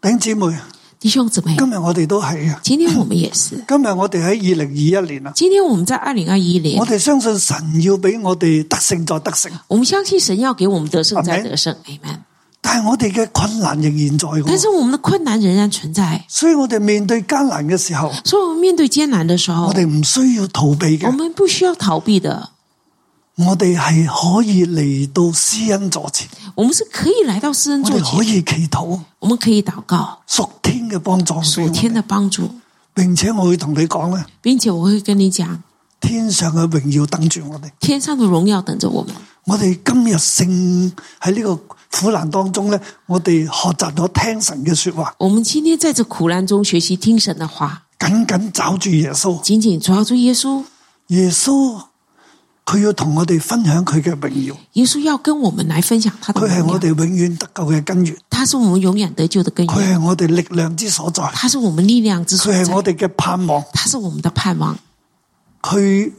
弟兄姊妹，
弟兄姊妹。
今日我哋都係啊，”
今天我们也是，
今日我哋喺二零二一年啊，
今天我们在二零二一年
我，哋相信神要俾我哋得勝再得勝，
我们相信神要给我们得胜再
Amen
得胜，amen。
但係我哋嘅困難仍然在喎。
但是我们的困难仍然存在，
所以我哋面對艱難嘅時候，
所以我们面对艰难的时候
我，哋唔需要逃避
哦我
嘅，
们不需要逃避的，
我哋係可以嚟到施恩座前，
我们是可以来到施恩
我
座
哋可
前，
以祈禱
我们可以祷告，
屬天嘅幫助
属
俾
天
我哋，
的帮助，
並且我會同你講咧，
并且我会跟你讲，
天上嘅榮耀等住我哋。
天上的荣耀等着我们。
我哋今日勝喺呢個苦難當中咧，我哋學習咗聽神嘅说話，
我们今天在这苦难中学习听神的话，
緊緊抓住耶穌。
紧紧抓住耶稣。
耶穌佢要同我哋分享佢嘅荣耀，
耶稣要跟我们来分享他的
佢系我
荣
哋
耀，
永远得救嘅根源，
他是我们永远得救的根
佢
源，
系我哋力量之所在，
他是我们力量之所
佢系我
在，
哋嘅盼望。
他是我们的盼望。
佢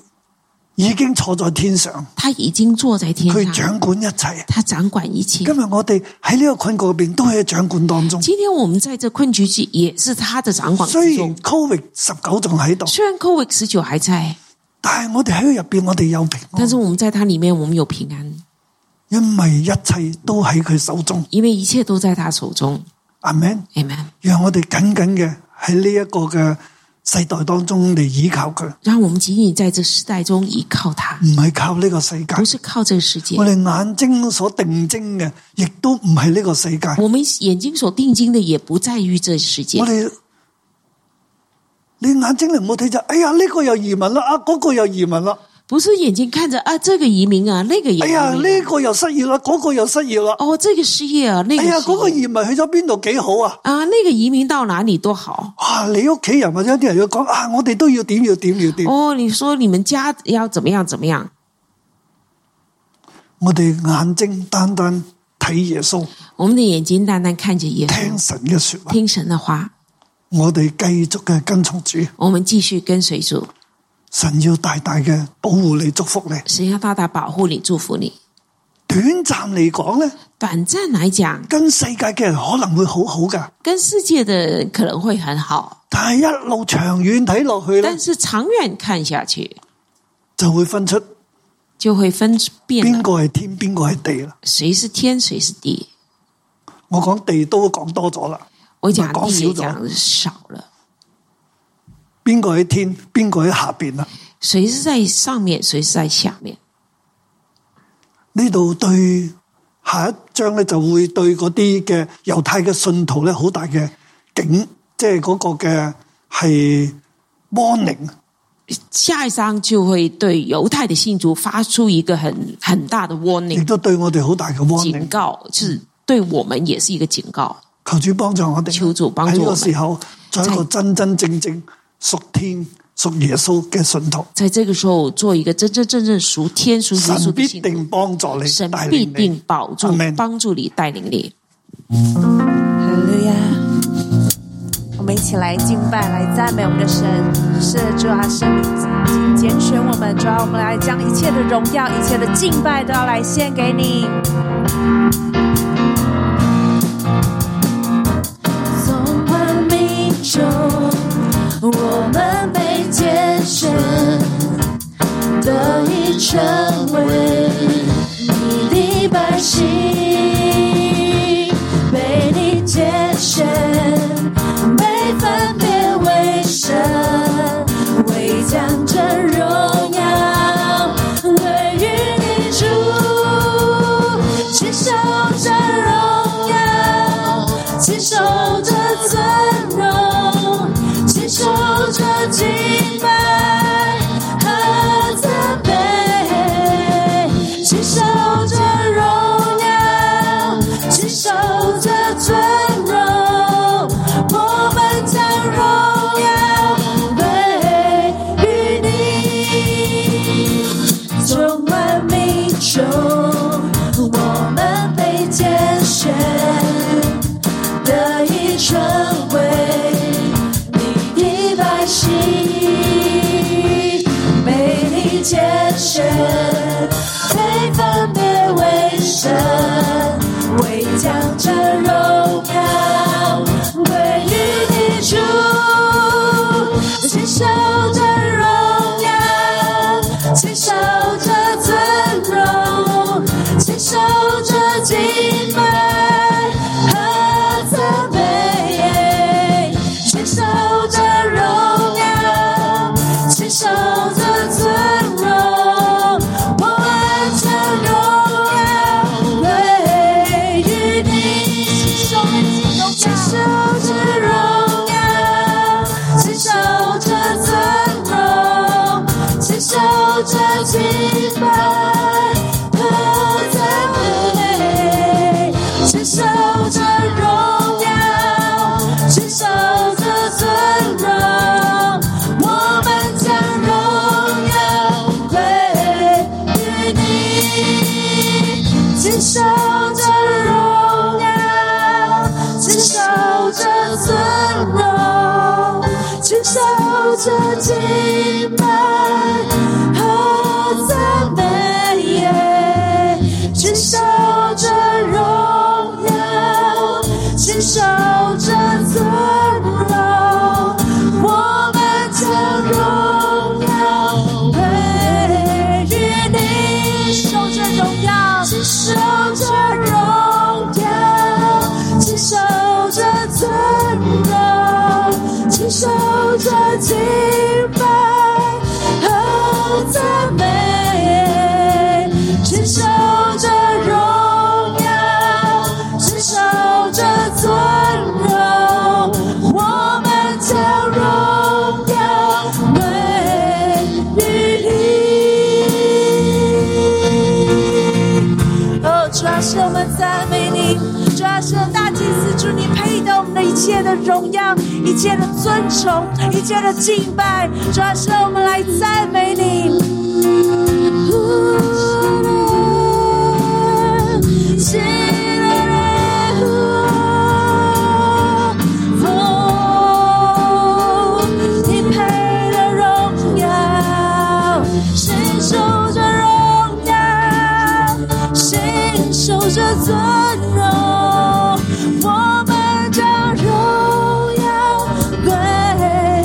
已经坐在天上，
他已经坐在天
佢
上，
掌管一切。
他掌管一切
今。日我哋喺呢个困局入边都喺掌管当中。
今天我们在这困局期也是他的掌管
虽
之
然
中。
Covid 十九仲喺度，
虽然 COVID 十九还在，
但系我哋喺佢入边，我哋有平安
但，是我们在他里面，我们有平安，
因为一切都喺佢手中。
因为一切都在他手中。
阿 Man，
Amen。
让我哋紧紧嘅喺呢一个嘅世代当中嚟依靠佢，
让我们仅仅在这世代中依靠他
唔，系靠呢个世界。
不是靠这个世界
我。哋眼睛所定睛嘅，亦都唔系呢个世界。
我们眼睛所定睛的也不在于这世界
我。哋你眼睛嚟冇睇就，哎呀呢、個又移民啦，啊嗰、個又移民啦，
不是眼睛看着啊，这个移民啊，那个也
哎
移
呀呢、
民啊、
個又失業啦，嗰、個又失業啦，
哦，这个失业啊，那
哎
个
呀
失
嗰、個
业
移民去咗邊度幾好啊！
啊，那个移民到哪里多好
啊你屋企人或者有啲人要講啊，我哋都要點要點要點，
哦。你说你们家要怎么样怎么样？
我哋眼睛單單睇耶穌，
我们的眼睛单单看着耶
聽
稣，
神嘅说話，
听神的话，
我哋繼續嘅跟從主，
我们继续跟随主，
神要大大嘅保護你、祝福你。
神要大大保护你，祝福你。
短暫嚟講咧，
短暂来讲，
跟世界嘅人可能會好好噶，
跟世界的人可能会很好，
但係一路長遠睇落去咧
但，是长远看下去，
就會分出。
就会分辨
边
了
个系天，边个系地啦。
谁是天，谁是地。
我讲地都讲多咗啦，
我讲
讲
地
少
也
咗，
讲少了。
边个喺天，边个喺下边啦。
谁是在上面，谁是在下面。
呢度对下一章咧就会对嗰啲嘅犹太嘅信徒咧好大嘅警，即系嗰个嘅系 warning，
下一章就会对犹太的信徒发出一个很很大的
亦
warning
都对我哋好大嘅
警
warning。
告，是对我们也是一个警告。
求主帮助我哋，
求主帮
喺
助
呢
我
个
们
时候做一个真真正正属天属耶稣嘅信徒，
在这个时候，做一个真真正正属天属耶稣
神
的
必
信
定
徒，
帮助你，
神
带
必
领你
定保住
Amen
帮助你，带领你。
哈利路亚！我们一起来敬拜，来赞美我们的神。是的主啊，神你拣选我们，主啊，我们来将一切的荣耀、一切的敬拜都要来献给你。
从万民中，我们被拣选，得以成为你的百姓，被你拣选，被分别为圣，为将这荣耀归于你主，接受这荣耀。接受这尊荣，接受这敬拜和赞美，接受这荣耀，接受这尊荣，我们将荣耀归于你。从万民中，我们被拣选。得以成为你的百姓，被你拣选，被分别为圣，为将这荣耀归于你主，接受这荣耀，接受这尊荣，接受这敬拜。和赞美，接受这荣耀，接受这尊荣，我们将荣耀归于你。接受这荣耀，接受这尊荣，接受这敬拜和赞美，接受这荣耀，接受这尊荣，我们将荣耀归承受着荣耀，承受着尊荣，承受着敬拜和赞美耶，承受着荣耀，承受着尊荣，我们将荣耀归于你，受着荣耀，承受着荣耀，承受着尊荣，承受着敬拜和赞美，承受着荣耀，承受着尊荣，我们将荣耀归于你。
哦，主啊，是我们赞美你，主啊，是大祭司，主你配得我们的一切的荣耀，一切的尊崇，一切的敬拜，主啊，是我们来赞美你。
你配的荣耀，承受着荣耀，承受着尊荣，我们将荣耀归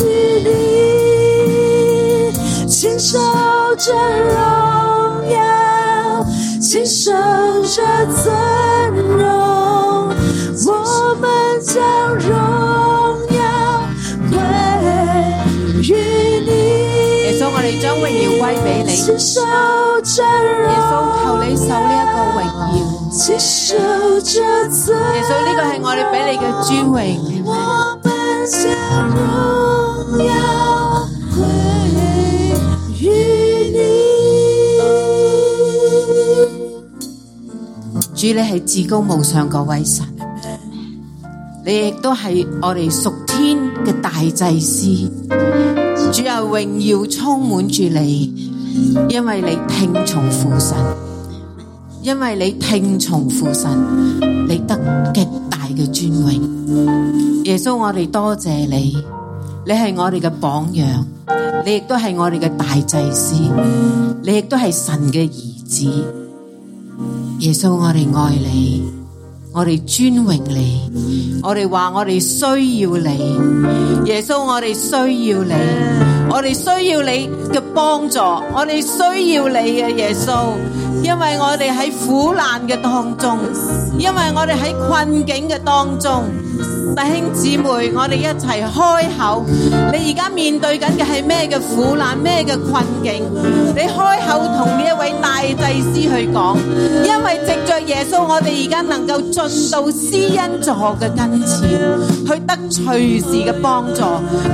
于你，承受着荣耀，承受着尊荣，我们将荣耀。归于你，
耶稣，我哋将荣耀归俾你。
承受着
耶稣，求
荣，
你受呢一个荣耀。
接受着尊
耶稣，呢个系我哋俾你嘅尊荣。
我们将荣耀归于你。
主，你系至高无上嗰位神，你亦都系我哋属天嘅大祭司。主啊，荣耀充满住你，因为你听从父神，因为你听从父神，你得极大嘅尊荣。耶稣，我哋多谢你，你系我哋嘅榜样，你亦都系我哋嘅大祭司，你亦都系神嘅儿子。耶稣，我哋爱你，我哋尊荣你，我哋话我哋需要你，耶稣，我哋需要你，我哋需要你嘅帮助，我哋需要你嘅耶稣，因为我哋喺苦难嘅当中，因为我哋喺困境嘅当中。弟兄姊妹，我哋一齊開口。你而家面對緊嘅係咩嘅苦難，咩嘅困境？你開口同呢一位大祭司去講，因為藉着耶穌，我哋而家能夠進到施恩座嘅跟前，去得隨時嘅幫助，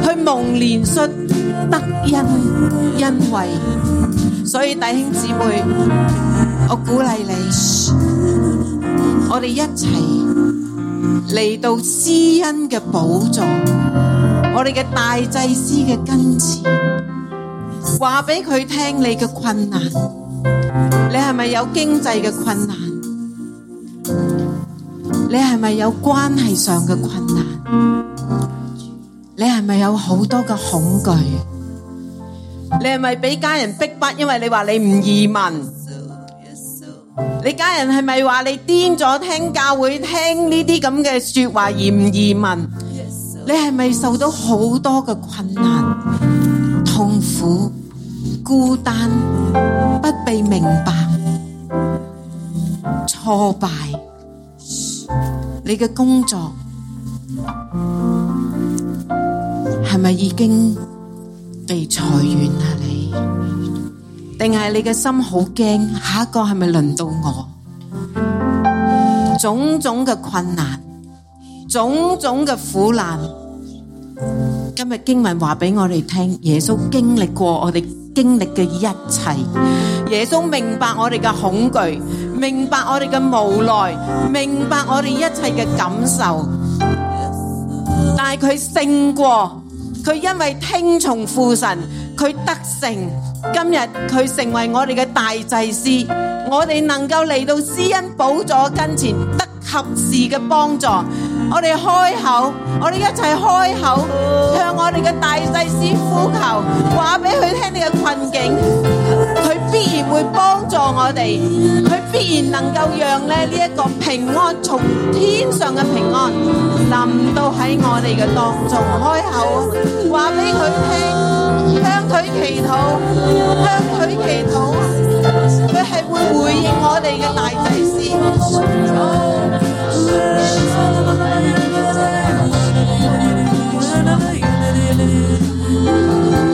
去蒙憐恤，得恩恩惠。所以弟兄姊妹，我鼓勵你，我哋一齊。嚟到施恩嘅宝座，我哋嘅大祭司嘅跟前，话俾佢听你嘅困难，你系咪有经济嘅困难？你系咪有关系上嘅困难？你系咪有好多嘅恐惧？你系咪俾家人逼迫？因为你话你唔移民？你家人系咪话你癫咗听教会听呢啲咁嘅说话而唔移民？你系咪受到好多嘅困难、痛苦、孤单、不被明白、挫败？你嘅工作系咪已经被裁员啊？你？定系你嘅心好惊，下一个系咪轮到我？种种嘅困难，种种嘅苦难，今日经文话俾我哋听，耶稣经历过我哋经历嘅一切，耶稣明白我哋嘅恐惧，明白我哋嘅无奈，明白我哋一切嘅感受。但系佢胜过，佢因为听从父神，
佢得胜，今日佢成为我哋嘅大祭司，我哋能夠嚟到施恩寶座跟前得合時嘅幫助，我哋開口，我哋一齊開口向我哋嘅大祭司呼求，話俾佢聽你嘅困境。佢必然會幫助我哋，佢必然能夠讓咧呢一個平安從天上嘅平安臨到喺我哋嘅當中，開口話俾佢聽，向佢祈禱，向佢祈禱，佢係會回應我哋嘅大祭司。
主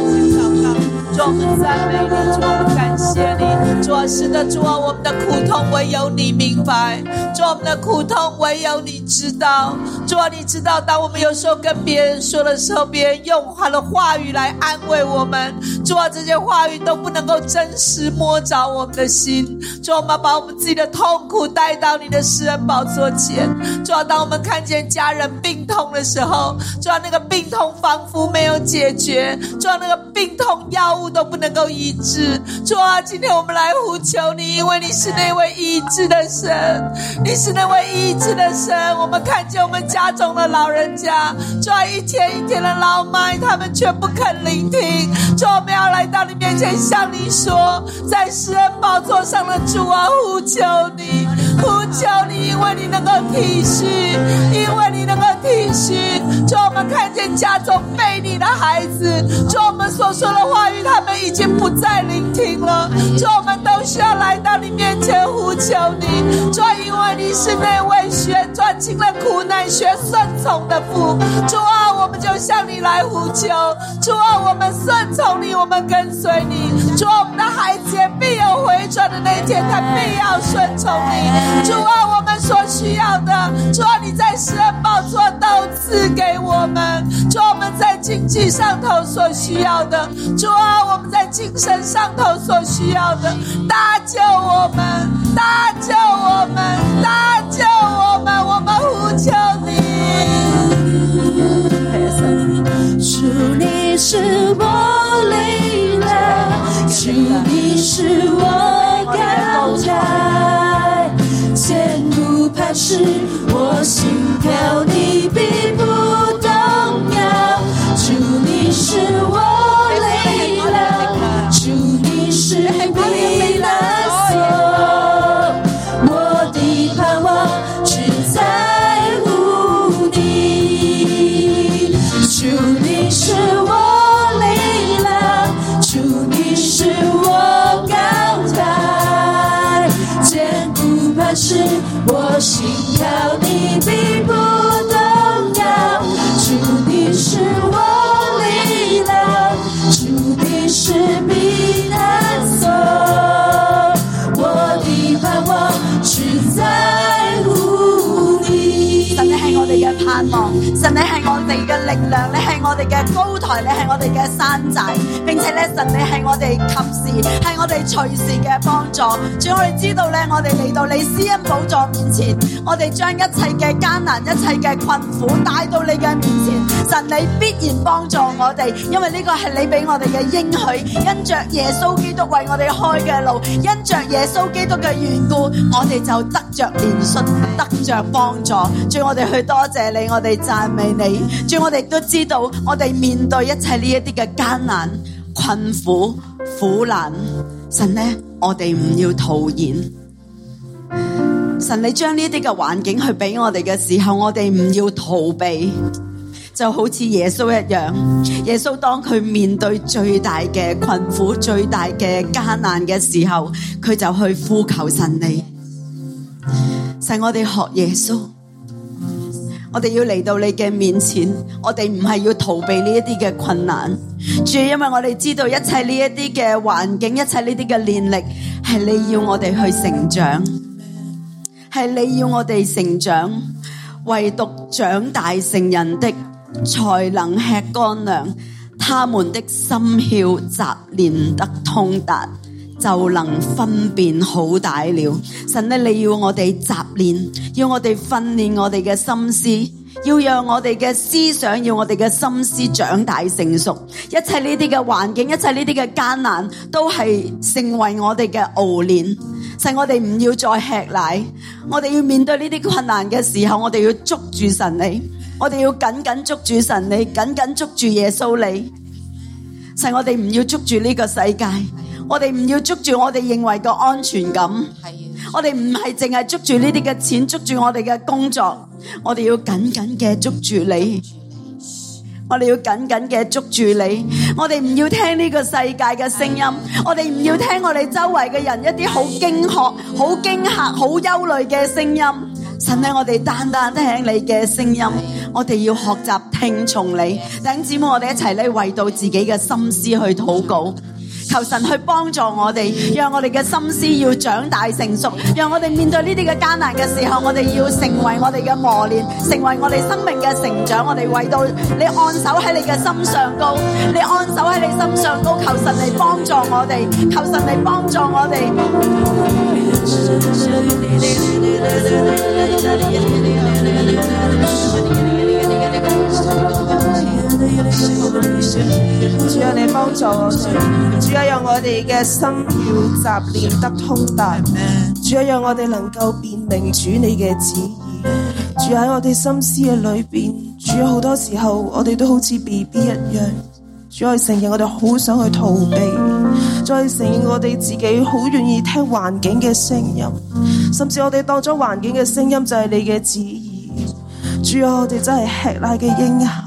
啊，我们赞美你，主啊，我们感谢你，主啊，是的，主啊，我们的苦痛唯有你明白，主啊，我们的苦痛唯有你知道，主啊，你知道，当我们有时候跟别人说的时候，别人用他的话语来安慰我们，主啊，这些话语都不能够真实摸着我们的心，主啊，我们把我们自己的痛苦带到你的施恩宝座前，主啊，当我们看见家人病痛的时候，主啊，那个病痛仿佛没有解决，主啊，那个病痛药物都不能够医治。主啊，今天我们来呼求你，因为你是那位医治的神，你是那位医治的神。我们看见我们家中的老人家，主啊，一天一天的老迈，他们却不肯聆听。主啊，我们要来到你面前，向你说，在施恩宝座上的主啊，呼求你，呼求你，因为你能够体恤，因为你能够体恤。主啊，我们看见家中被你的孩子，主啊，我们所说的话语，他们已经不再聆听了。主啊，我们都需要来到你面前呼求你，主啊，因为你是那位学专经了苦难学顺从的父。主啊，我们就向你来呼求，主啊，我们顺从你，啊我们跟随你。主啊，我们的孩子也必有回转的那一天，他必要顺从你。主啊，我们所需要的，主啊，你在十二宝座都赐给我们。主啊，我们在经济上头所需要的，主啊，我们在精神上头所需要的，搭救我们，搭救我们，搭救我们，我们呼求你。
主你是我力量，主你是我高台，千古磐石，我心跳你必不动摇。主你是我力量，主你是避难所，我的盼望只在乎你。主你是我力量，主你是我高台，坚固磐石，我心跳你并不动摇。主你是我力量，主你是避难所，我的盼望只在乎你。
神你係我哋嘅盼望，神你係我哋嘅力量，你係我哋嘅高台，你係我哋嘅山寨，並且咧神你係我哋及時，係我哋隨時嘅幫助。主我哋知道咧，我哋嚟到你施恩寶座面前，我哋將一切嘅艱難、一切嘅困苦帶到你嘅面前，神你必然幫助我哋，因為呢個係你俾我哋嘅應許，因着耶穌基督為我哋開嘅路，因着耶穌基督嘅緣故，我哋就得着憐恤，得着幫助。主，我哋去多謝你，我哋讚美你。主，我哋都知道，我哋面對一切呢一啲嘅艱難、困苦、苦難，神呢，我哋唔要徒然。神，你將呢啲嘅環境去俾我哋嘅時候，我哋唔要逃避。就好似耶穌一樣，耶穌當佢面對最大嘅困苦、最大嘅艱難嘅時候，佢就去呼求神你。神，我哋學耶穌，我哋要嚟到你嘅面前，我哋唔係要逃避呢一啲嘅困難。主，因為我哋知道一切呢一啲嘅環境，一切呢啲嘅練力，係你要我哋去成長。系你要我哋成长，唯独长大成人的才能吃干粮，他们的心窍杂念得通达，就能分辨好
啊
歹了。神呢，你要我哋杂念，要我哋训练我哋嘅心思。
要让我哋嘅思想，要我哋嘅心思长大成熟。一切呢啲嘅环境，一切呢啲嘅艰难，都系成为我哋嘅熬炼。使我哋唔要再吃奶，我哋要面对呢啲困难嘅时候，我哋要捉住神你，我哋要紧紧捉住神你，紧紧捉住耶稣你。使我哋唔要捉住呢个世界，我哋唔要捉住我哋认为嘅安全感。我哋唔系净系捉住呢啲嘅钱，捉住我哋嘅工作，我哋要紧紧嘅捉住你。我哋要紧紧嘅捉住你，我哋唔要听呢个世界嘅声音，我哋唔要听我哋周围嘅人一啲好惊吓、好惊吓、好忧虑嘅声音。神喺我哋单单听你嘅声音，我哋要学习听从你。弟兄姊妹，我哋一齐咧为到自己嘅心思去祷告。求神去帮助我哋，让我哋嘅心思要长大成熟，让我哋面对呢啲嘅艰难嘅时候，我哋要成为我哋嘅磨练，成为我哋生命嘅成长。我哋为到你按手喺你嘅心上高，你按手喺你心上高，求神嚟帮助我哋，求神嚟帮助我哋。
主啊，你帮助我哋，主啊，让我哋嘅心要习练得通达，主啊，让我哋能够辨明主你嘅旨意。主啊喺我哋心思嘅里边，主啊好多时候我哋都好似 B B 一样，主我哋承认我哋好想去逃避，再承认我哋自己好愿意听环境嘅声音，甚至我哋当咗环境嘅声音就系你嘅旨意。主啊，我哋真系吃奶嘅婴孩。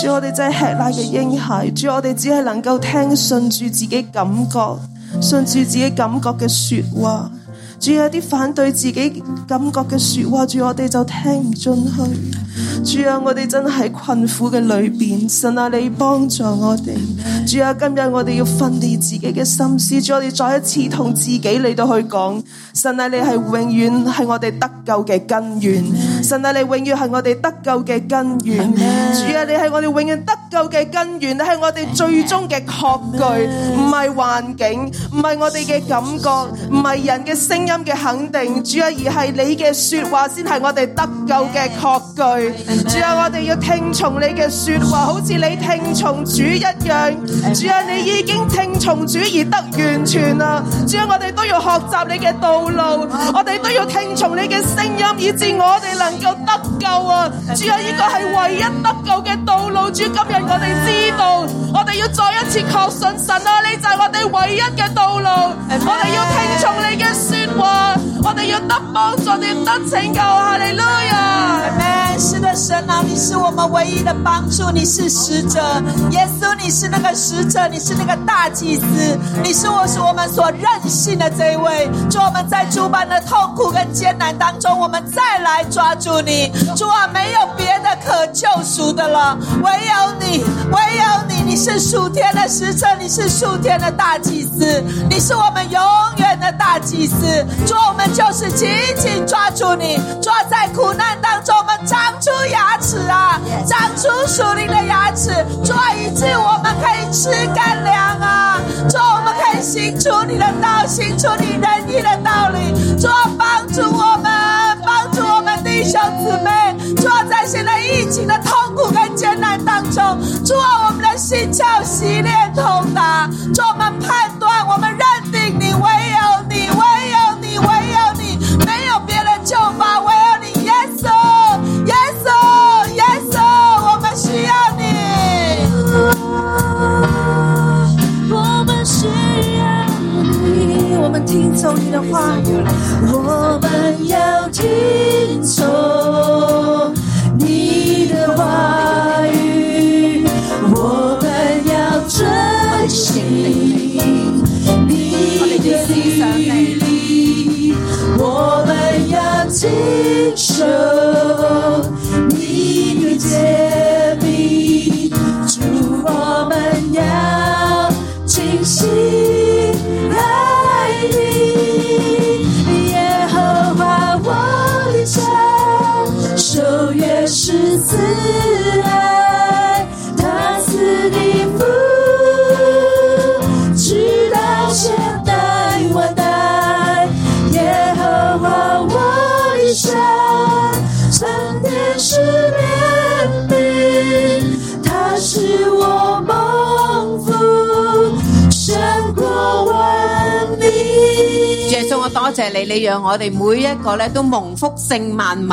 主我哋真系吃奶嘅婴孩，主我哋只系能够听信住自己感觉，信住自己感觉嘅说话。主有啲反对自己感觉嘅说话，主我哋就听唔进去。主啊，我哋真係喺困苦嘅里边，神啊，你帮助我哋。主啊，今日我哋要训练自己嘅心思，主我哋再一次同自己嚟到去讲，神啊，你係永远係我哋得救嘅根源。神啊，你永远係我哋得救嘅根源。主啊，你係我哋永远得救嘅根源，你係我哋最终嘅确据，唔係环境，唔係我哋嘅感觉，唔係人嘅声音嘅肯定。主啊，而係你嘅说话先係我哋得救嘅确據。主啊，我哋要聽從你嘅说話，好似你聽從主一樣。主啊，你已經聽從主而得完全啦。主啊，我哋都要學習你嘅道路，我哋都要聽從你嘅聲音，以致我哋能夠得救啊！主啊，呢個係唯一得救嘅道路。主，今日我哋知道，我哋要再一次確信神啊，呢就係我哋唯一嘅道路。我哋要聽從你嘅说話，我哋要得幫助，我哋要得拯救。哈利路亞！
Amen 是的，神啊，你是我们唯一的帮助，你是使者，耶稣，你是那个使者，你是那个大祭司，你是我是我们所任性的这一位。主，我们在主般的痛苦跟艰难当中，我们再来抓住你。主啊，没有别的可救赎的了，唯有你，唯有你，你是属天的使者，你是属天的大祭司，你是我们永远的大祭司。主，我们就是紧紧抓住你，抓在苦难当中，我们张出牙齿啊，长出属灵的牙齿，抓以致我们可以吃干粮啊，主，我们可以行出你的道，行出你仁义的道理，主，帮助我们，帮助我们弟兄姊妹，主，在现在疫情的痛苦跟艰难当中，主，我们的心窍洗练通达，主，我们判断，我们认定你，唯有你，唯有你，唯有你，没有别的救法，唯有你，耶稣，耶稣，耶稣，我们需要你。
我们需要你，我们听从你的话，我们要听从你的话语，我们要遵行你的律例，我们要谨守你的诫命，主，我们要。尽心爱你，耶和华我的神，守约是慈爱，他赐你福，直到千代万代，耶和华我的神。
我多謝你，你讓我哋每一個咧都蒙福勝萬民。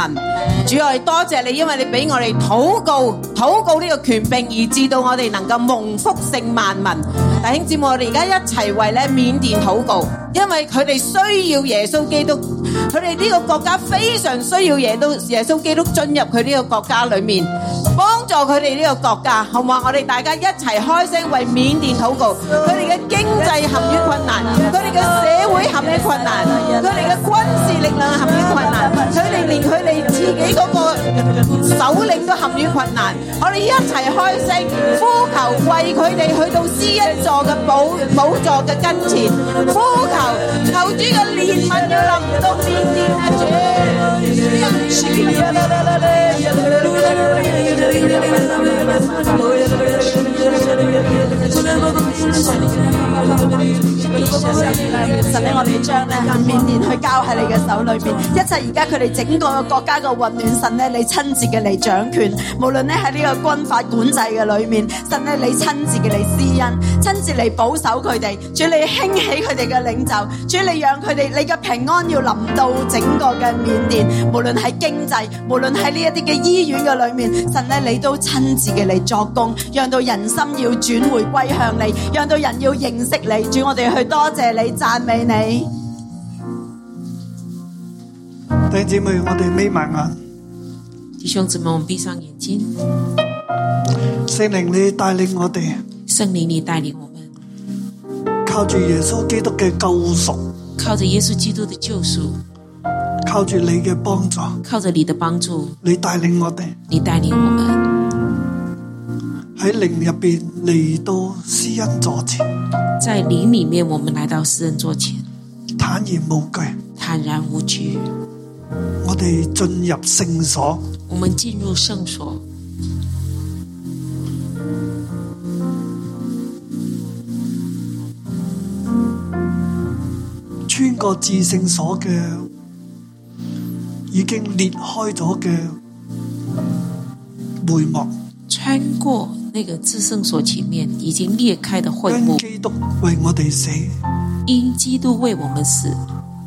主我哋多謝你，因為你俾我哋禱告，禱告呢個權柄，而至到我哋能夠蒙福勝萬民。弟兄姊妹，我哋而家一齊為咧緬甸禱告，因為佢哋需要耶穌基督，佢哋呢個國家非常需要耶都耶穌基督進入佢呢個國家裏面，幫助佢哋呢個國家，好唔好啊？我哋大家一齊開聲為緬甸禱告，佢哋嘅經濟陷於困難，佢哋嘅社會陷於困難，佢哋嘅軍事力量陷於困難，佢哋連佢哋自己嗰個首領都陷於困難。我哋一齊開聲呼求，為佢哋去到施一座嘅寶寶座嘅跟前，呼求求主嘅憐憫要臨到緬甸啊！主，
神咧，我哋將咧緬甸去交喺你嘅手裏邊，一切而家佢哋整個國家嘅混亂，神咧你親自嘅嚟掌權，無論咧喺呢個軍法管制嘅裏面，神咧你親自嘅嚟施恩，親自嚟保守佢哋，主你興起佢哋嘅領袖，主你讓佢哋你嘅平安要臨到整個嘅緬甸，無論喺經濟，無論喺呢一啲嘅醫院嘅裏面，神咧你都親自嘅嚟作工，讓到人心要轉回歸向你，讓到人要認識你，主我哋去多謝你讚美你。
弟兄姊妹，我哋眯埋眼，
弟兄姊妹，我们闭上眼睛，
聖靈你帶領我哋，
圣灵你带领我们，
靠住耶穌基督嘅救贖，
靠着耶稣基督的救赎，
靠住你嘅幫助，
靠着你的帮助，
你帶領我哋
你带领我们
喺靈入邊嚟到施恩座前，
在灵里面，我们来到施恩座前，
坦然無懼，
坦然无惧。
我哋進入聖所，
我们进入圣所，
穿過至聖所嘅已經裂開咗嘅帷幕，
穿过那个至圣所前面已经裂开的会幕
因，基督為我哋死，
因基督为我们死，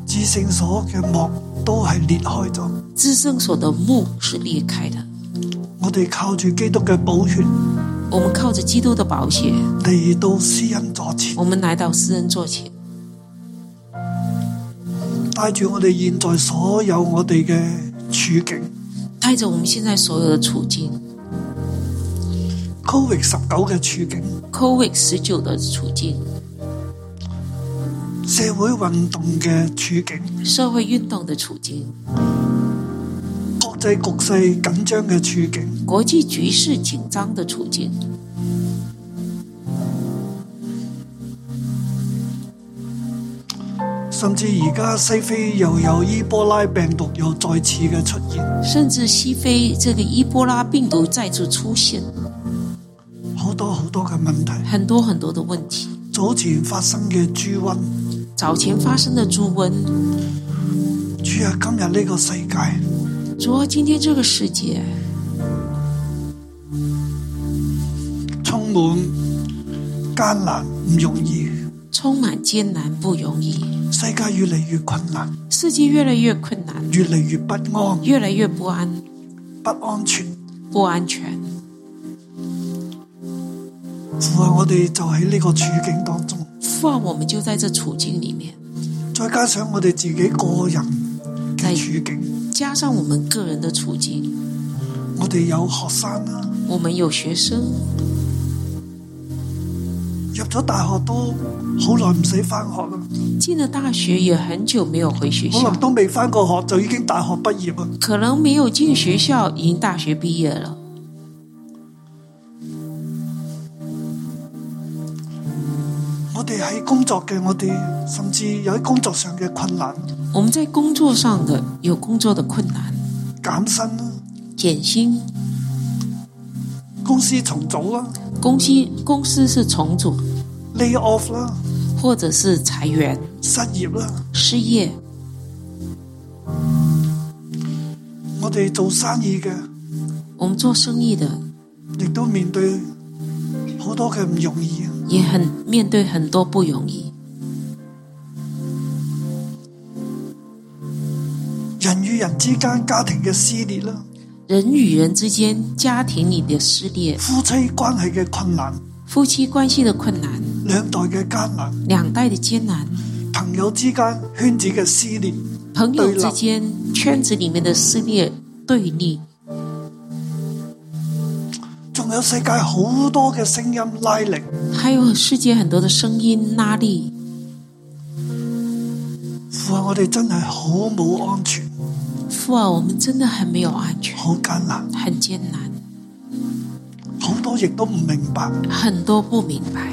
至聖所嘅幕都係裂開咗。
至圣所的幕是裂开的。
我哋靠住基督嘅寶血
我们靠着基督的宝血，
嚟到施恩座前，
我们来到施恩座前，
帶住我哋現在所有我哋嘅處境
带着我们现在所有的处境
，Covid 十九嘅處境，
，COVID 十九的处境，
社會運動嘅處境，
社会运动的处境，
國際局勢緊張嘅處境，
国际局势紧张的处境，
甚至而家西非又有伊波拉病毒又再次嘅出現，
甚至西非这个伊波拉病毒再次出现，
好多好多嘅問題。
很多很多的问题。
早前發生嘅豬瘟，
早前发生的猪瘟，
主啊，今日呢個世界
主要今天这个世界
充滿艱難，唔容易，
充满艰难，不容易，
世界越嚟越困難，
世界越来越困难，
越嚟越不安，
越来越不安，
不安全。
不安全。
父啊，我哋就喺呢個處境當中，
父啊，我们就在这处境里面，
再加上我哋自己個人嘅
係
處境，
加上我们个人的处境，
我哋有學生啦，
我们有学生
入咗大學都好耐唔使翻學啦，
进了大学也很久没有回学
可
校
能，都未翻過學就已經大學畢業啦。
可能没有进学校，已经大学毕业了。
我哋喺工作嘅，我哋甚至有喺工作上嘅困難，
我们在工作上的有工作的困难，
減薪啦，
减薪，
公司重組啦
公司公司是重组
，lay off 啦，
或者是裁员、
失業啦，
失业。
我哋做生意嘅
我们做生意的
亦都面對好多嘅唔容易啊。
也很面对很多不容易，
與人之間家庭嘅撕裂啦，
人与人之间、家庭里的撕裂、
夫妻關係嘅困難，
夫妻关系的困難、
兩代嘅艱難，
两代的艰难、
朋友之間圈子嘅撕裂，
朋友之间、圈子里面的撕裂、对立，
仲有世界好多嘅聲音拉力，
还有世界很多的声音拉力，
父啊，我哋真係好冇安全，
父啊，我们真的很没有安全，
好艱難，
很艰难，
好多亦都唔明白。
很多不明白。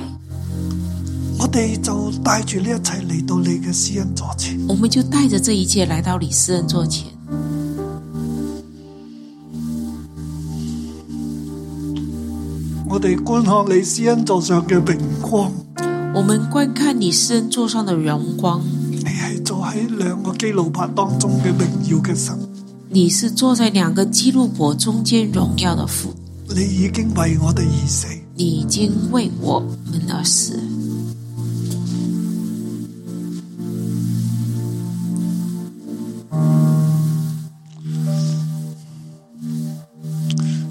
我哋就帶住呢一切嚟到你嘅施恩座前，
我们就带着这一切来到李斯恩座前，
我哋觀看你施恩座上嘅榮光。
我们观看李斯恩座上的荣光。
你係坐喺兩個基路伯當中嘅榮耀嘅神，
你是坐在两个基路伯中间荣耀的父，
你已經為我哋而死。
你已经为我们而死。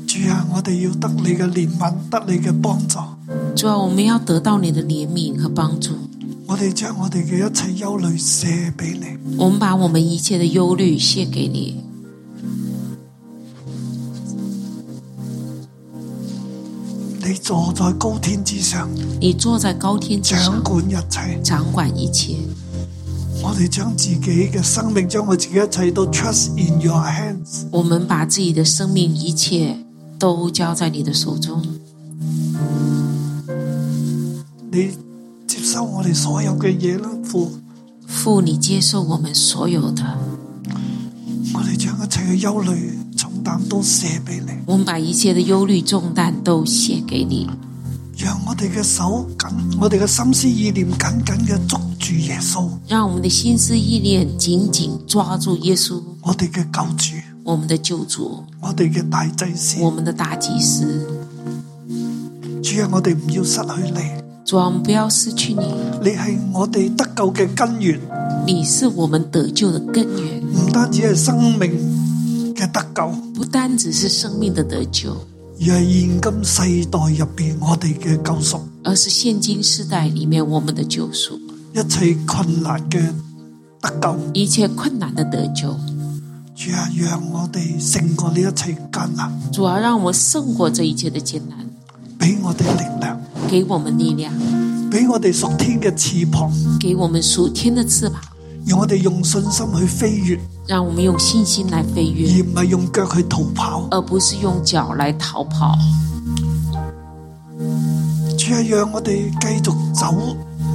主啊，我哋要得你嘅憐憫，得你嘅幫助。
主啊，我们要得到你的怜悯和帮助。
我哋將我哋嘅一切憂慮卸俾你，
我们把我们一切的忧虑卸给你，
你坐在高天之上，
你坐在高天之
掌
上，
管一切。
掌管一切。
我哋將自己嘅生命，將我自己一切都 trust in your hands。
我们把自己的生命一切都交在你的手中，
你接收我哋所有嘅嘢啦，父。
父，你接受我们所有的。
我哋將一切嘅憂慮、重擔都卸俾你，
我们把一切的忧虑重担都卸给你，
讓我哋嘅手緊，我哋嘅心思意念緊緊嘅捉住耶穌，
让我们的心思意念紧紧抓住耶稣，
我哋嘅救主，
我们的救主，
我哋嘅大祭司。
我们的大祭司。
主啊，我哋唔要失去你。
主啊，我们不要失去你，
你系我哋得救嘅根源，
你是我们得救的根源，
唔单止系生命嘅得救，
不单只是生命的得救，
而系现今世代入边我哋嘅救赎，
而是现今世代里面我们的救赎，
一切困难嘅得救。
一切困难的得救。
主啊，让我哋胜过呢一切艰难，
主啊，让我们胜过这一切的艰难，
俾我哋力量，
给我们力量，
俾我哋属天嘅翅膀，
给我们属天的翅膀，
让我哋用信心去飞跃，
让我们用信心来飞
而
跃，
唔系用脚去逃跑。
而不是用脚来逃跑。
主啊，让我哋继续走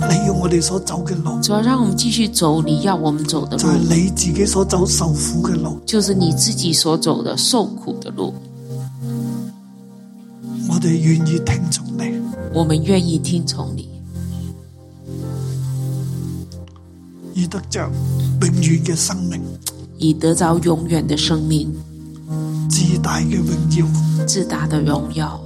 你要我哋所走嘅路，
主要让我们继续走你要我们走的
就
路
系、，你自己所走受苦嘅路。
就是你自己所走的受苦的路。
我哋愿意听从你。
我们愿意听从你，
而得着永远嘅生命、
以得着永远的生命、
至大嘅荣耀。
至大的荣耀。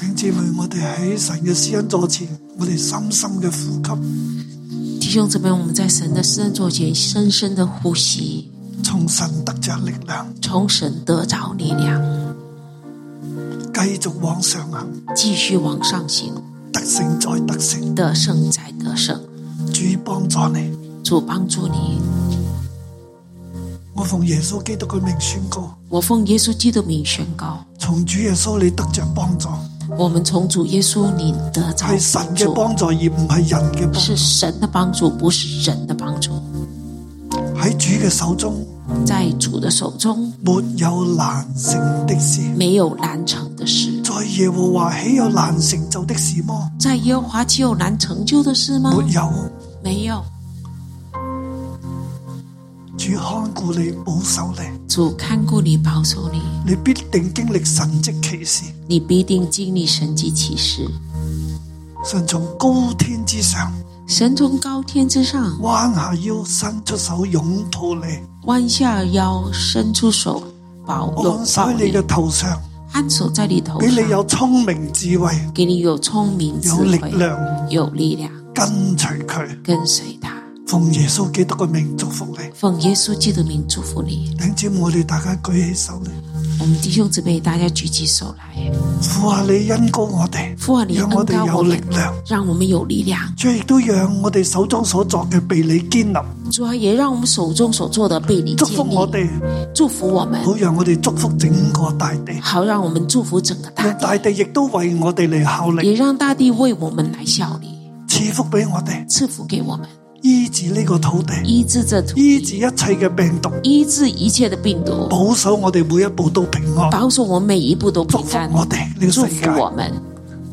弟兄姊妹，我哋喺神嘅施恩座前，我哋深深嘅呼吸，
弟兄姊妹，我们在神的施恩座前深深的呼吸，
从神得着力量，
从神得着力量，
继续往上行，
继续往上行，
得胜再得胜。
得胜再得胜。
主帮助你，
主帮助你，
我奉耶稣基督嘅名宣告，
我奉耶稣基督名宣告：
从主耶稣你得着帮助，
我们从主耶稣你得着
系神
帮
嘅
助，
帮助，而唔系人嘅帮助
是。神的帮助，不是人的帮助。
喺主嘅手中，
在主的手中
没有难成的事。
没有难成的事，
在耶和华岂有难成就的事么？
在耶和华岂有难成就的事吗？
没有。
没有，
主看顾你，保守你，
主看顾你，保守你，
你必定经历神迹奇事。
你必定经历神迹奇事。
神从高天之上
神从高天之上
弯下腰，伸出手拥抱你，
弯下腰，伸出手，保
按
拥
手
抱
喺哦你
你，
嘅头上，
按手在你头
俾
上，
你有聪明智慧，
给你有聪明智
有
慧，
力量
有力量
跟随佢，
跟随他，
奉耶穌基督嘅名祝福你。
奉耶稣基督的名祝福你。
弟兄姊妹，我哋大家舉起手嚟，
我们弟兄姊妹，大家举起手来，
父啊，你恩高我哋，
父啊，你
讓
恩
我
高
哋
我
有力
们，
量。
让我们有力量。
主亦都讓我哋手中所作嘅被你堅立，
主啊，也让我们手中所做的被你
祝
建
福
立，
我哋，
祝福我们，
好讓我哋祝福整個大地，
好让我们祝福整个大
讓
地，
大地亦都為我哋嚟效力，
也让大地为我们来效力，
賜福俾我哋，
赐福给我们，
醫治呢個土地，
医治这土
醫
地，
治一切嘅病毒，
医治一切的病毒，
保守我哋每一步都平安，
保守我们每一步都平
哦祝福
安。
我哋呢個
祝
世界
福，我们，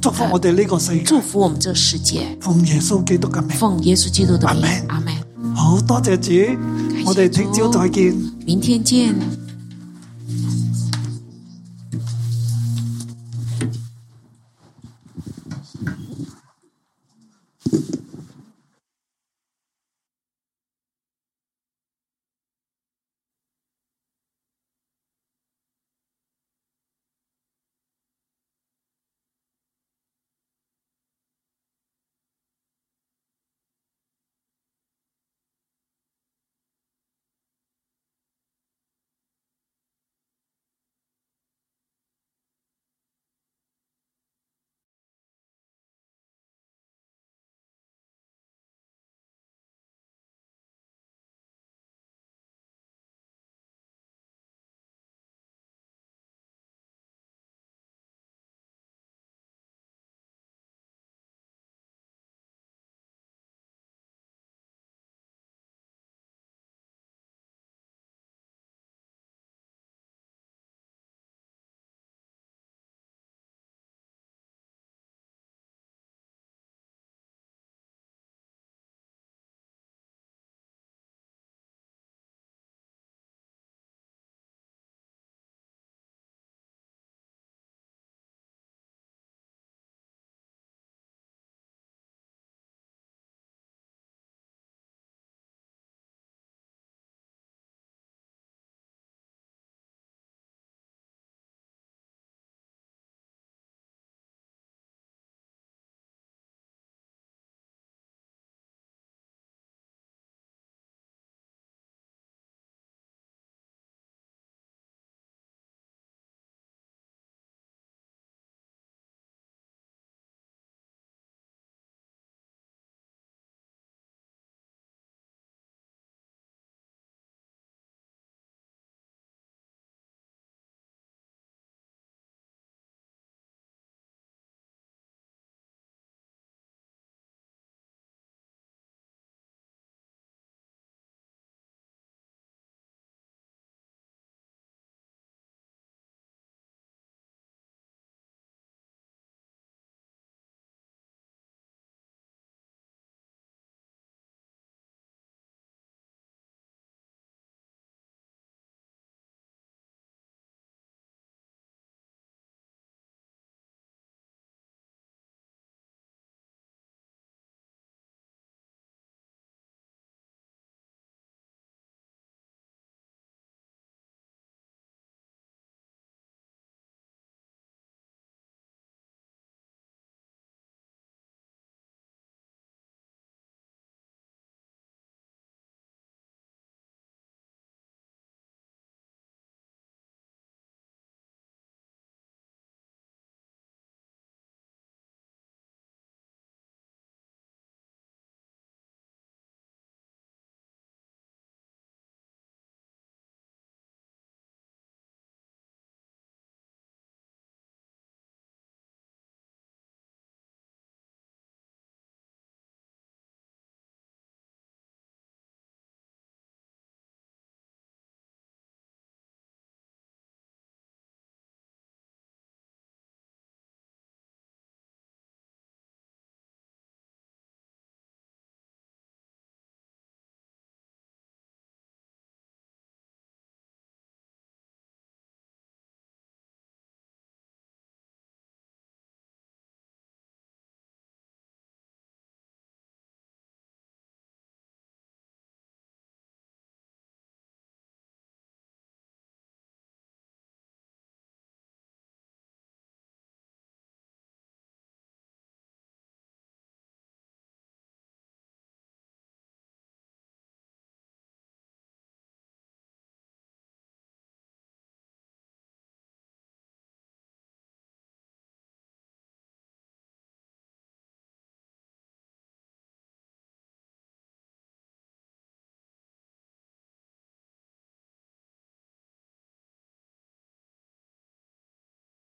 祝福我哋呢個世
祝
界，
福我们这世界。
奉耶穌基督嘅名，
奉耶稣基督的名，
Amen
阿门。
好多謝主，我哋聽朝再見。
明天见。